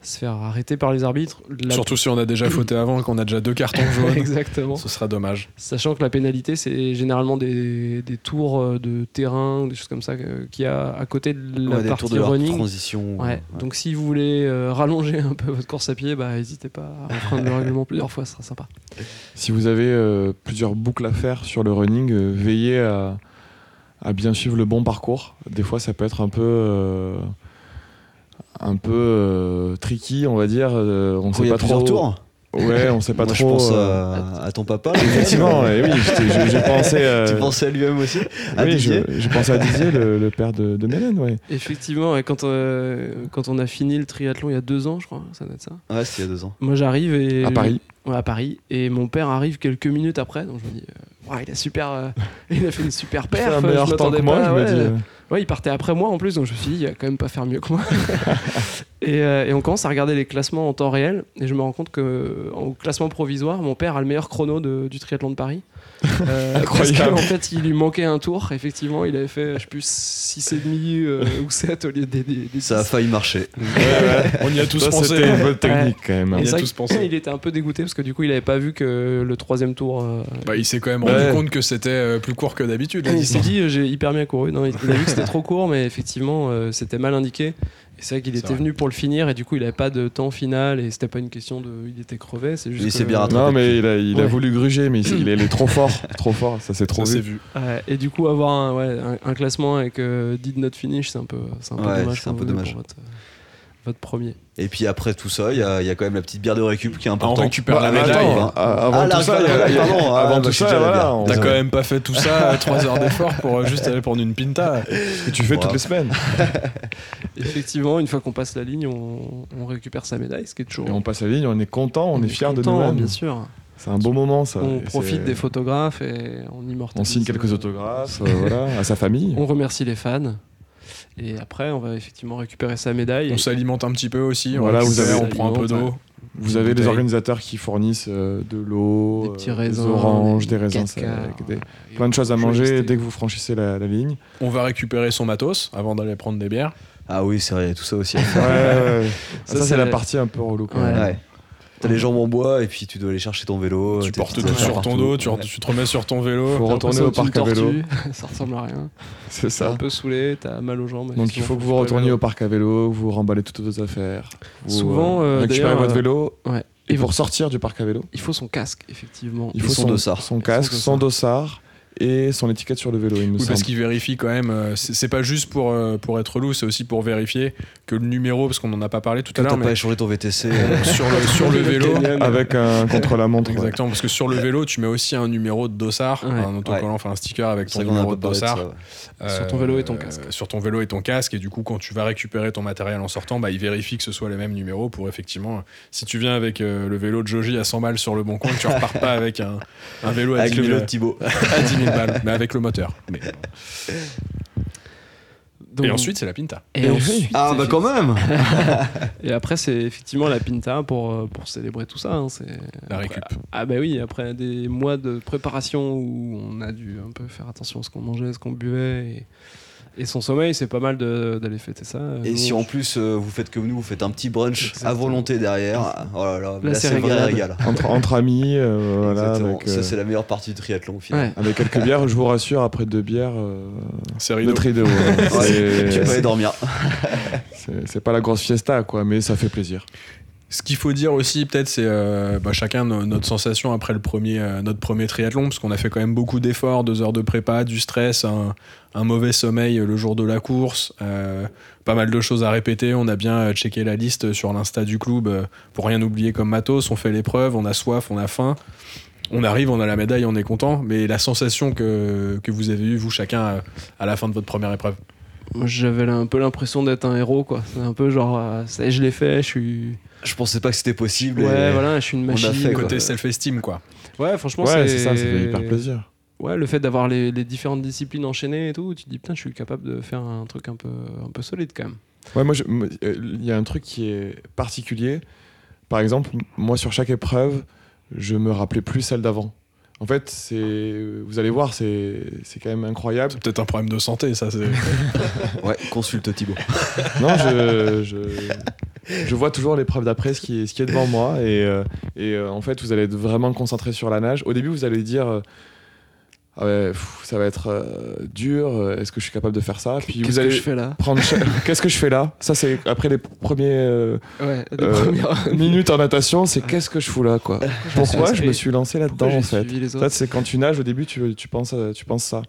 S5: se faire arrêter par les arbitres. La- <laughs>
S1: Surtout si on a déjà
S4: <coughs>
S1: fauté avant, qu'on a déjà deux cartons jaunes,
S5: Exactement.
S1: ce sera dommage.
S5: Sachant que la pénalité, c'est généralement des, des tours euh, de terrain, ou des choses comme ça, euh, qu'il y a à côté de la
S3: Ouais, des
S5: partie
S3: tours de la
S5: running.
S3: transition.
S5: Ouais,
S3: ouais.
S5: Donc si vous voulez euh, rallonger un peu votre course à pied, bah n'hésitez pas à reprendre le règlement plusieurs fois, ce sera sympa.
S4: Si vous avez euh, plusieurs boucles à faire sur le running, euh, veillez à, à bien suivre le bon parcours. Des fois, ça peut être un peu, euh, un peu euh, tricky, on va dire. euh, on
S3: Quand il
S4: sait
S3: y a
S4: pas
S3: plusieurs
S4: trop.
S3: tours,
S4: Ouais, on sait pas
S3: moi,
S4: trop.
S3: Je pense
S4: euh,
S3: à, à ton papa.
S4: Effectivement, ouais, oui, j'étais- j'ai j'ai pensé. euh,
S3: <laughs> Tu pensais à lui-même aussi à
S4: oui,
S3: Didier
S4: je- j'ai pensé à Didier, le, le père de, de Mélène, ouais.
S5: Effectivement, et quand, euh, quand on a fini le triathlon il y a deux ans, je crois, ça date ça.
S3: Ouais, c'était il y a deux ans.
S5: Moi j'arrive et...
S4: à Paris.
S5: Ouais, à Paris. Et mon père arrive quelques minutes après, donc je me dis, euh, Ouah, il a super... euh, <laughs> il a fait une super
S4: Il fait
S5: perf,
S4: un
S5: je
S4: meilleur temps
S5: m'attendais
S4: que moi,
S5: pas,
S4: je me
S5: <laughs> ouais,
S4: dis.
S5: euh,
S4: euh,
S5: Ouais, il partait après moi en plus, donc je me suis dit, il va quand même pas faire mieux que
S1: <laughs>
S5: moi. et, euh, et on commence à regarder les classements en temps réel, et je me rends compte que euh, au classement provisoire, mon père a le meilleur chrono de- du triathlon
S1: <laughs>
S5: de Paris. Euh,
S4: Incroyable.
S5: Parce qu'en fait, il lui manquait un tour, effectivement, il avait fait, je sais plus, 6,5 euh, ou 7 au lieu des, des, des
S3: Ça a
S5: six.
S3: failli marcher.
S1: On y a tous
S4: ça,
S1: pensé.
S4: C'était une bonne technique quand même. hein.
S1: On y
S5: Et
S1: a
S5: c'est vrai
S1: tous
S5: que-
S1: pensé.
S5: Il était un peu dégoûté parce que du coup, il avait pas vu que le troisième tour. euh,
S1: Bah, il s'est quand même rendu
S4: Ouais.
S1: compte que c'était euh, plus court que d'habitude. la
S5: Il s'est
S1: distance.
S5: dit euh, j'ai hyper bien couru. Non, il il a vu que c'était trop court, mais effectivement euh, c'était mal indiqué. Et c'est vrai qu'il
S1: C'est
S5: était
S1: vrai.
S5: venu pour le finir et du coup il avait pas de temps final et c'était pas une question de il était crevé. C'est juste.
S3: Il
S5: que-
S3: s'est bien rattrapé.
S4: Non, mais il a, il a
S5: Ouais.
S4: voulu gruger, mais il est, il est trop fort, trop fort. Ça, c'est <laughs> trop
S1: Ça s'est
S4: vu.
S1: vu.
S5: Ouais, et du coup avoir un, ouais, un- un classement avec euh, did not finish, c'est un peu, c'est un peu
S3: Ouais,
S5: dommage.
S3: c'est un
S5: pour
S3: peu
S5: vous,
S3: dommage.
S5: pour votre, euh, votre premier.
S3: Et puis après tout ça, il y, a il y a quand même la petite bière de récup qui est
S1: on
S3: importante.
S1: récupère
S4: Bah,
S1: la
S4: mais
S1: médaille.
S4: attends,
S3: hein.
S4: a- Avant
S3: Ah, là,
S4: tout ça,
S3: je-
S4: il y a- il y a-
S3: pardon, ah,
S4: avant
S3: bah,
S4: tout
S3: je suis
S4: ça,
S3: déjà
S4: voilà,
S3: bien.
S4: on-
S1: T'as
S3: Ouais.
S1: quand même pas fait tout ça, 3 heures d'effort pour euh, juste aller prendre une pinta.
S4: que tu fais
S3: Voilà.
S4: toutes les semaines.
S5: Effectivement, une fois qu'on passe la ligne, on, on récupère sa médaille, ce qui est toujours.
S4: Et on passe la ligne, on est content, on, est fier de
S5: content,
S4: nous-mêmes.
S5: bien sûr.
S4: C'est un beau moment, ça.
S5: on
S4: Et
S5: profite
S4: c'est-
S5: des photographes et on immortalise.
S4: On signe quelques
S5: euh,
S4: autographes, euh, <laughs> voilà, à sa famille.
S5: On remercie les fans. Et après, on va effectivement récupérer sa médaille.
S1: On s'alimente un petit peu aussi. on
S4: Voilà, vous
S1: récupère,
S4: avez-
S1: on prend un peu d'eau.
S4: Vous avez les
S1: Bouteille.
S4: organisateurs qui fournissent euh, de l'eau,
S5: Des
S4: euh,
S5: petits raisins,
S4: des oranges, des
S5: des
S4: raisins
S5: caca, euh,
S4: secs, des-
S5: Et
S4: plein de choses à
S5: je vais
S4: manger
S5: rester.
S4: dès que vous franchissez la, la ligne.
S1: On va récupérer son matos avant d'aller prendre des bières.
S3: Ah oui, c'est vrai, il y a tout ça aussi.
S4: Ouais, ouais, ouais.
S5: Ça,
S4: Ça,
S5: c'est-
S4: c'est la partie un peu relou. quand
S5: Ouais.
S4: même.
S3: Ouais. T'as les jambes en bois et puis tu dois aller chercher ton vélo.
S1: tu
S3: tes
S1: portes
S3: petites
S1: tout
S3: affaires
S1: sur ton
S3: partout.
S1: dos, tu,
S3: Ouais.
S1: tu te remets sur ton vélo.
S4: Faut
S5: T'as
S4: retourner
S5: l'impression
S4: au
S5: d'être une
S4: parc à vélo.
S5: tortue. <laughs> ça ressemble à rien.
S4: C'est
S5: T'es
S4: ça.
S5: un peu saoulé, t'as mal aux jambes.
S4: Donc il
S5: effectivement,
S4: faut que vous
S5: faire
S4: retourniez
S5: le
S4: au parc à vélo, vous remballez toutes vos affaires. vous,
S5: Souvent, euh,
S4: récupérez
S5: d'ailleurs,
S4: votre
S5: euh,
S4: vélo
S5: vélo. Ouais.
S4: et
S5: Et
S4: vous
S5: vous-
S4: ressortir du parc à vélo.
S5: Il faut son casque, effectivement.
S4: Il
S3: Et
S4: faut
S3: son dossard.
S4: son
S5: Et
S4: casque,
S5: son
S4: son dossard et son étiquette sur le vélo. Il me
S1: Oui, parce
S4: semble.
S1: qu'ils vérifient quand même. euh, C'est c'est pas juste pour, euh, pour être loup, c'est aussi pour vérifier que le numéro, parce qu'on en a pas parlé tout à
S3: Toi, T'as
S1: l'heure,
S3: pas
S1: mais
S3: échangé ton <laughs> VTC. euh,
S1: sur
S5: <laughs>
S1: le, sur le vélo. <laughs>
S4: Avec un contre la montre.
S1: Exactement, parce que sur le vélo, tu mets aussi un numéro de dossard,
S5: Ouais.
S1: un autocollant, enfin un sticker avec
S3: c'est
S1: ton
S3: vrai qu'on en a
S1: numéro
S3: pas
S1: de
S3: parlé de ça,
S1: dossard. euh,
S3: ouais.
S5: Sur ton vélo et ton casque.
S1: Sur ton vélo et ton casque. Et du coup, quand tu vas récupérer ton matériel en sortant, bah, ils vérifient que ce soit les mêmes numéros pour effectivement. euh, Si tu viens avec euh, le vélo de Joji à 100 balles sur le bon coin, tu repars pas avec un, un vélo à,
S3: Avec
S1: 10
S3: le
S1: 000,
S3: vélo de Thibaut.
S1: à 10 000 balles, mais avec le moteur. Mais-
S5: Donc-
S1: et ensuite, c'est la Pinta.
S5: Et ensuite,
S3: Ah bah quand même
S5: Et après, c'est effectivement la pinta pour, euh, pour célébrer tout ça. hein, c'est-
S1: La
S5: Après-
S1: récup.
S5: Ah bah oui, après des mois de préparation où on a dû un peu faire attention à ce qu'on mangeait, ce qu'on buvait, et Et son sommeil, c'est pas mal de- d'aller fêter ça.
S3: Et
S5: Nous,
S3: si
S5: on-
S3: en plus euh, vous faites comme nous, vous faites un petit brunch à
S5: Exactement.
S3: volonté derrière, oh là là,
S5: Là,
S3: là,
S5: c'est
S3: c'est vrai
S5: régalade.
S3: régal.
S4: Entre, entre amis, euh, voilà,
S3: Exactement.
S4: avec, euh,
S3: Ça c'est la meilleure partie du triathlon au final.
S5: Ouais.
S4: avec quelques bières, je vous rassure, après deux bières, euh,
S1: C'est
S4: le
S1: rideau. <laughs>
S4: trideo, ouais.
S3: Ouais, <laughs> tu peux aller
S4: C'est-
S3: dormir.
S4: c'est- c'est pas la grosse fiesta, quoi, mais ça fait plaisir.
S1: Ce qu'il faut dire aussi, peut-être, c'est euh, bah, chacun no- notre sensation après le premier, euh, notre premier triathlon, parce qu'on a fait quand même beaucoup d'efforts, deux heures de prépa, du stress, un, un mauvais sommeil le jour de la course, euh, pas mal de choses à répéter. On a bien euh, checké la liste sur l'insta du club euh, pour rien oublier comme matos. On fait l'épreuve, on a soif, on a faim. On arrive, on a la médaille, on est content, mais la sensation que, que vous avez eue, vous chacun, à- à la fin de votre première épreuve.
S5: Moi, j'avais là un peu l'impression d'être un héros, quoi. C'est un peu genre, euh, ça y est, je l'ai fait, je suis.
S3: Je pensais pas que c'était possible.
S5: Ouais,
S3: et-
S5: voilà, je suis une
S3: a
S5: machine.
S3: fait,
S5: quoi.
S1: Côté self-esteem, quoi.
S5: Ouais, franchement,
S4: Ouais, c'est ça, ça fait hyper plaisir.
S5: Ouais, le fait d'avoir les, les différentes disciplines enchaînées et tout, tu te dis putain, je suis capable de faire un truc un peu, un peu solide quand même.
S4: Ouais, moi, je- moi, euh, il y a un truc qui est particulier. Par exemple, moi, sur chaque épreuve, je me rappelais plus celle d'avant. En fait, c'est, vous allez voir, c'est, c'est quand même incroyable.
S1: C'est peut-être un problème de santé, ça. c'est-
S3: Ouais, consulte Thibaut.
S4: Non, je, je, je vois toujours l'épreuve d'après, ce qui, est, ce qui est devant moi. Et, euh, et, euh, en fait, vous allez être vraiment concentré sur la nage. Au début, vous allez dire euh, Ah ouais, pff, ça va être euh, dur, euh, est-ce que je suis capable de faire ça Puis
S5: Qu'est-ce
S4: vous allez
S5: que je fais là
S4: prendre.
S5: <laughs>
S4: cha- Qu'est-ce que je fais là Ça, c'est après les premiers. euh,
S5: Ouais, les
S4: euh,
S5: premières.
S4: minutes en natation, c'est qu'est-ce que je fous là
S5: <laughs>
S4: quoi Pourquoi je me suis lancé là-dedans en fait
S5: les
S4: Ça,
S5: autres
S4: c'est quand tu nages, au début, tu, tu, penses, à- tu penses ça.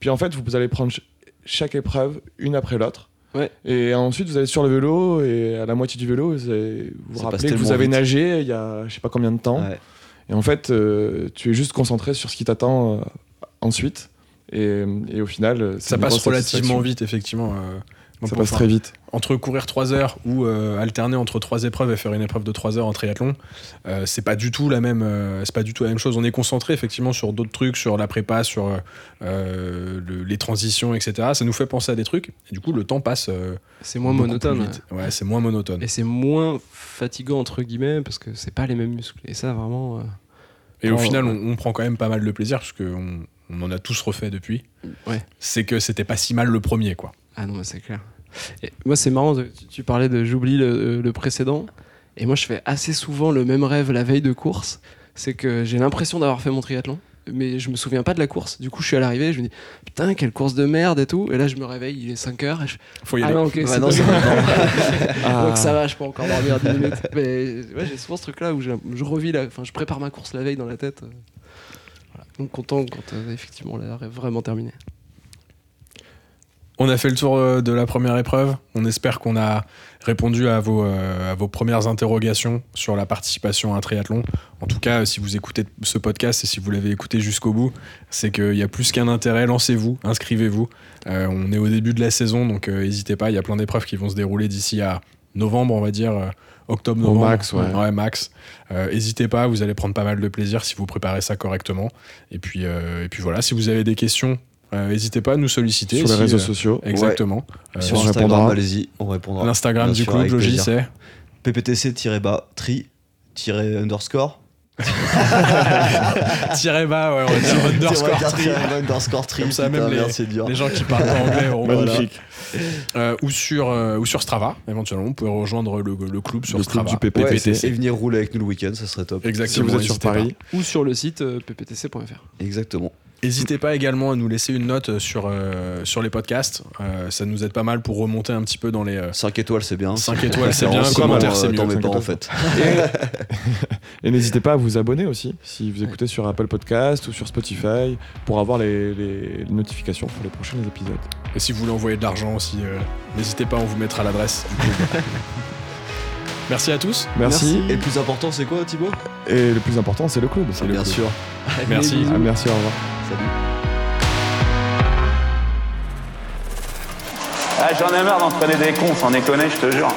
S4: Puis en fait, vous allez prendre ch- chaque épreuve, une après l'autre.
S5: Ouais.
S4: Et ensuite, vous allez sur le vélo, et à la moitié du vélo, vous allez vous
S3: Ça passe
S4: rappelez que vous
S3: tellement
S4: avez
S3: vite.
S4: nagé il y a je sais pas combien de temps.
S3: Ouais.
S4: Et en fait, euh, tu es juste concentré sur ce qui t'attend euh, ensuite. Et, et au final, euh, c'est
S1: Ça
S4: une
S1: passe
S4: grosse
S1: relativement
S4: satisfaction.
S1: vite, effectivement. euh, moi,
S4: Ça
S1: pour-
S4: passe très vite.
S1: Entre courir 3 heures ou euh, alterner entre trois épreuves et faire une épreuve de 3 heures en triathlon, euh, c'est pas du tout la même, euh, c'est pas du tout la même chose. On est concentré effectivement sur d'autres trucs, sur la prépa, sur euh, euh, le- les transitions, etc. Ça nous fait penser à des trucs. Et du coup, le temps passe. euh,
S5: C'est moins
S1: beaucoup
S5: monotone. hein.
S1: plus vite. Ouais, c'est moins monotone.
S5: Et c'est moins fatigant entre guillemets parce que c'est pas les mêmes muscles. Et ça vraiment. euh,
S1: Et au
S5: Oh,
S1: final,
S5: ouais.
S1: on, on prend quand même pas mal de plaisir parce que on, on en a tous refait depuis.
S5: Ouais.
S1: C'est que c'était pas si mal le premier, quoi.
S5: Ah non, mais c'est clair. Et moi, c'est marrant, tu, tu parlais de j'oublie le, le précédent. Et moi, je fais assez souvent le même rêve la veille de course. C'est que j'ai l'impression d'avoir fait mon triathlon, mais je me souviens pas de la course. Du coup, je suis à l'arrivée, je me dis putain, quelle course de merde et tout. Et là, je me réveille, il est 5 heures. et je-
S1: Faut y
S5: Ah
S1: aller.
S5: non, ok,
S3: Ouais,
S5: c'est Ah.
S3: non,
S5: bon.
S3: c'est
S5: <laughs> Donc ça va, je peux encore dormir 10 minutes. <laughs> Mais ouais, j'ai souvent ce truc-là où j'ai- je revis, la- enfin, je prépare ma course la veille dans la tête. Euh, voilà. Donc content quand euh, effectivement la rêve vraiment terminée.
S1: On a fait le tour euh, de la première épreuve. On espère qu'on a répondu à vos, euh, à vos premières interrogations sur la participation à un triathlon. En tout cas, euh, si vous écoutez ce podcast et si vous l'avez écouté jusqu'au bout, c'est qu'il y a plus qu'un intérêt. Lancez-vous, inscrivez-vous. Euh, on est au début de la saison, donc euh, n'hésitez pas. Il y a plein d'épreuves qui vont se dérouler d'ici à novembre, on va dire. euh, Octobre,
S4: Au
S1: novembre.
S4: max, ouais.
S1: max. Euh, N'hésitez pas, vous allez prendre pas mal de plaisir si vous préparez ça correctement. Et puis, euh, et puis voilà, si vous avez des questions, euh, n'hésitez pas à nous solliciter.
S4: Sur les
S1: Si,
S4: réseaux
S1: euh,
S4: sociaux.
S1: Exactement. Euh,
S3: Sur
S4: on
S3: Instagram,
S4: répondra.
S3: allez-y, on répondra.
S1: L'Instagram
S3: Bien
S1: du
S3: sûr,
S1: club,
S3: avec
S1: Logi,
S3: plaisir.
S1: c'est
S3: PPTC-bas, tri, tiré underscore.
S1: <laughs> tiré bas, ouais, on va dire underscore
S3: Tiré-
S1: tri.
S3: tiré- underscore tri.
S1: Comme ça,
S3: putain,
S1: même les-
S3: merde, c'est dur.
S1: Les gens qui parlent pas anglais auront- voilà.
S4: Magnifique.
S1: Euh, ou, sur, euh, ou sur Strava, éventuellement. Vous pouvez rejoindre le, le club sur
S4: Le club
S1: Strava.
S4: du
S3: Ouais,
S4: PPTC.
S3: et venir rouler avec nous le week-end, ça serait top.
S1: Exactement.
S4: Si vous êtes sur
S1: n'hésitez pas.
S4: Paris,
S5: Ou sur le site euh, pptc.fr.
S3: Exactement.
S1: N'hésitez pas également à nous laisser une note sur, euh, sur les podcasts. Euh, ça nous aide pas mal pour remonter un petit peu dans les euh,
S3: 5 étoiles, c'est bien.
S1: 5 étoiles, c'est
S3: Référence,
S1: bien.
S3: bon,
S1: Commentaire, c'est
S3: euh, T'en
S1: mieux.
S3: mets pas en
S4: Cinq
S3: fait.
S4: Et <laughs> n'hésitez pas à vous abonner aussi, si vous écoutez sur Apple Podcast ou sur Spotify, pour avoir les, les notifications pour les prochains épisodes.
S1: Et si vous voulez envoyer de l'argent aussi, euh, n'hésitez pas, on vous mettra
S4: <laughs>
S1: l'adresse du club. Merci à tous.
S4: Merci.
S3: Et le plus important, c'est quoi, Thibaut
S4: Et le plus important, c'est le club. c'est le
S3: Bien
S4: club.
S3: sûr.
S1: Merci.
S4: Ah, merci, au revoir.
S2: Ah, J'en ai marre d'entraîner des cons, sans déconner, je te jure.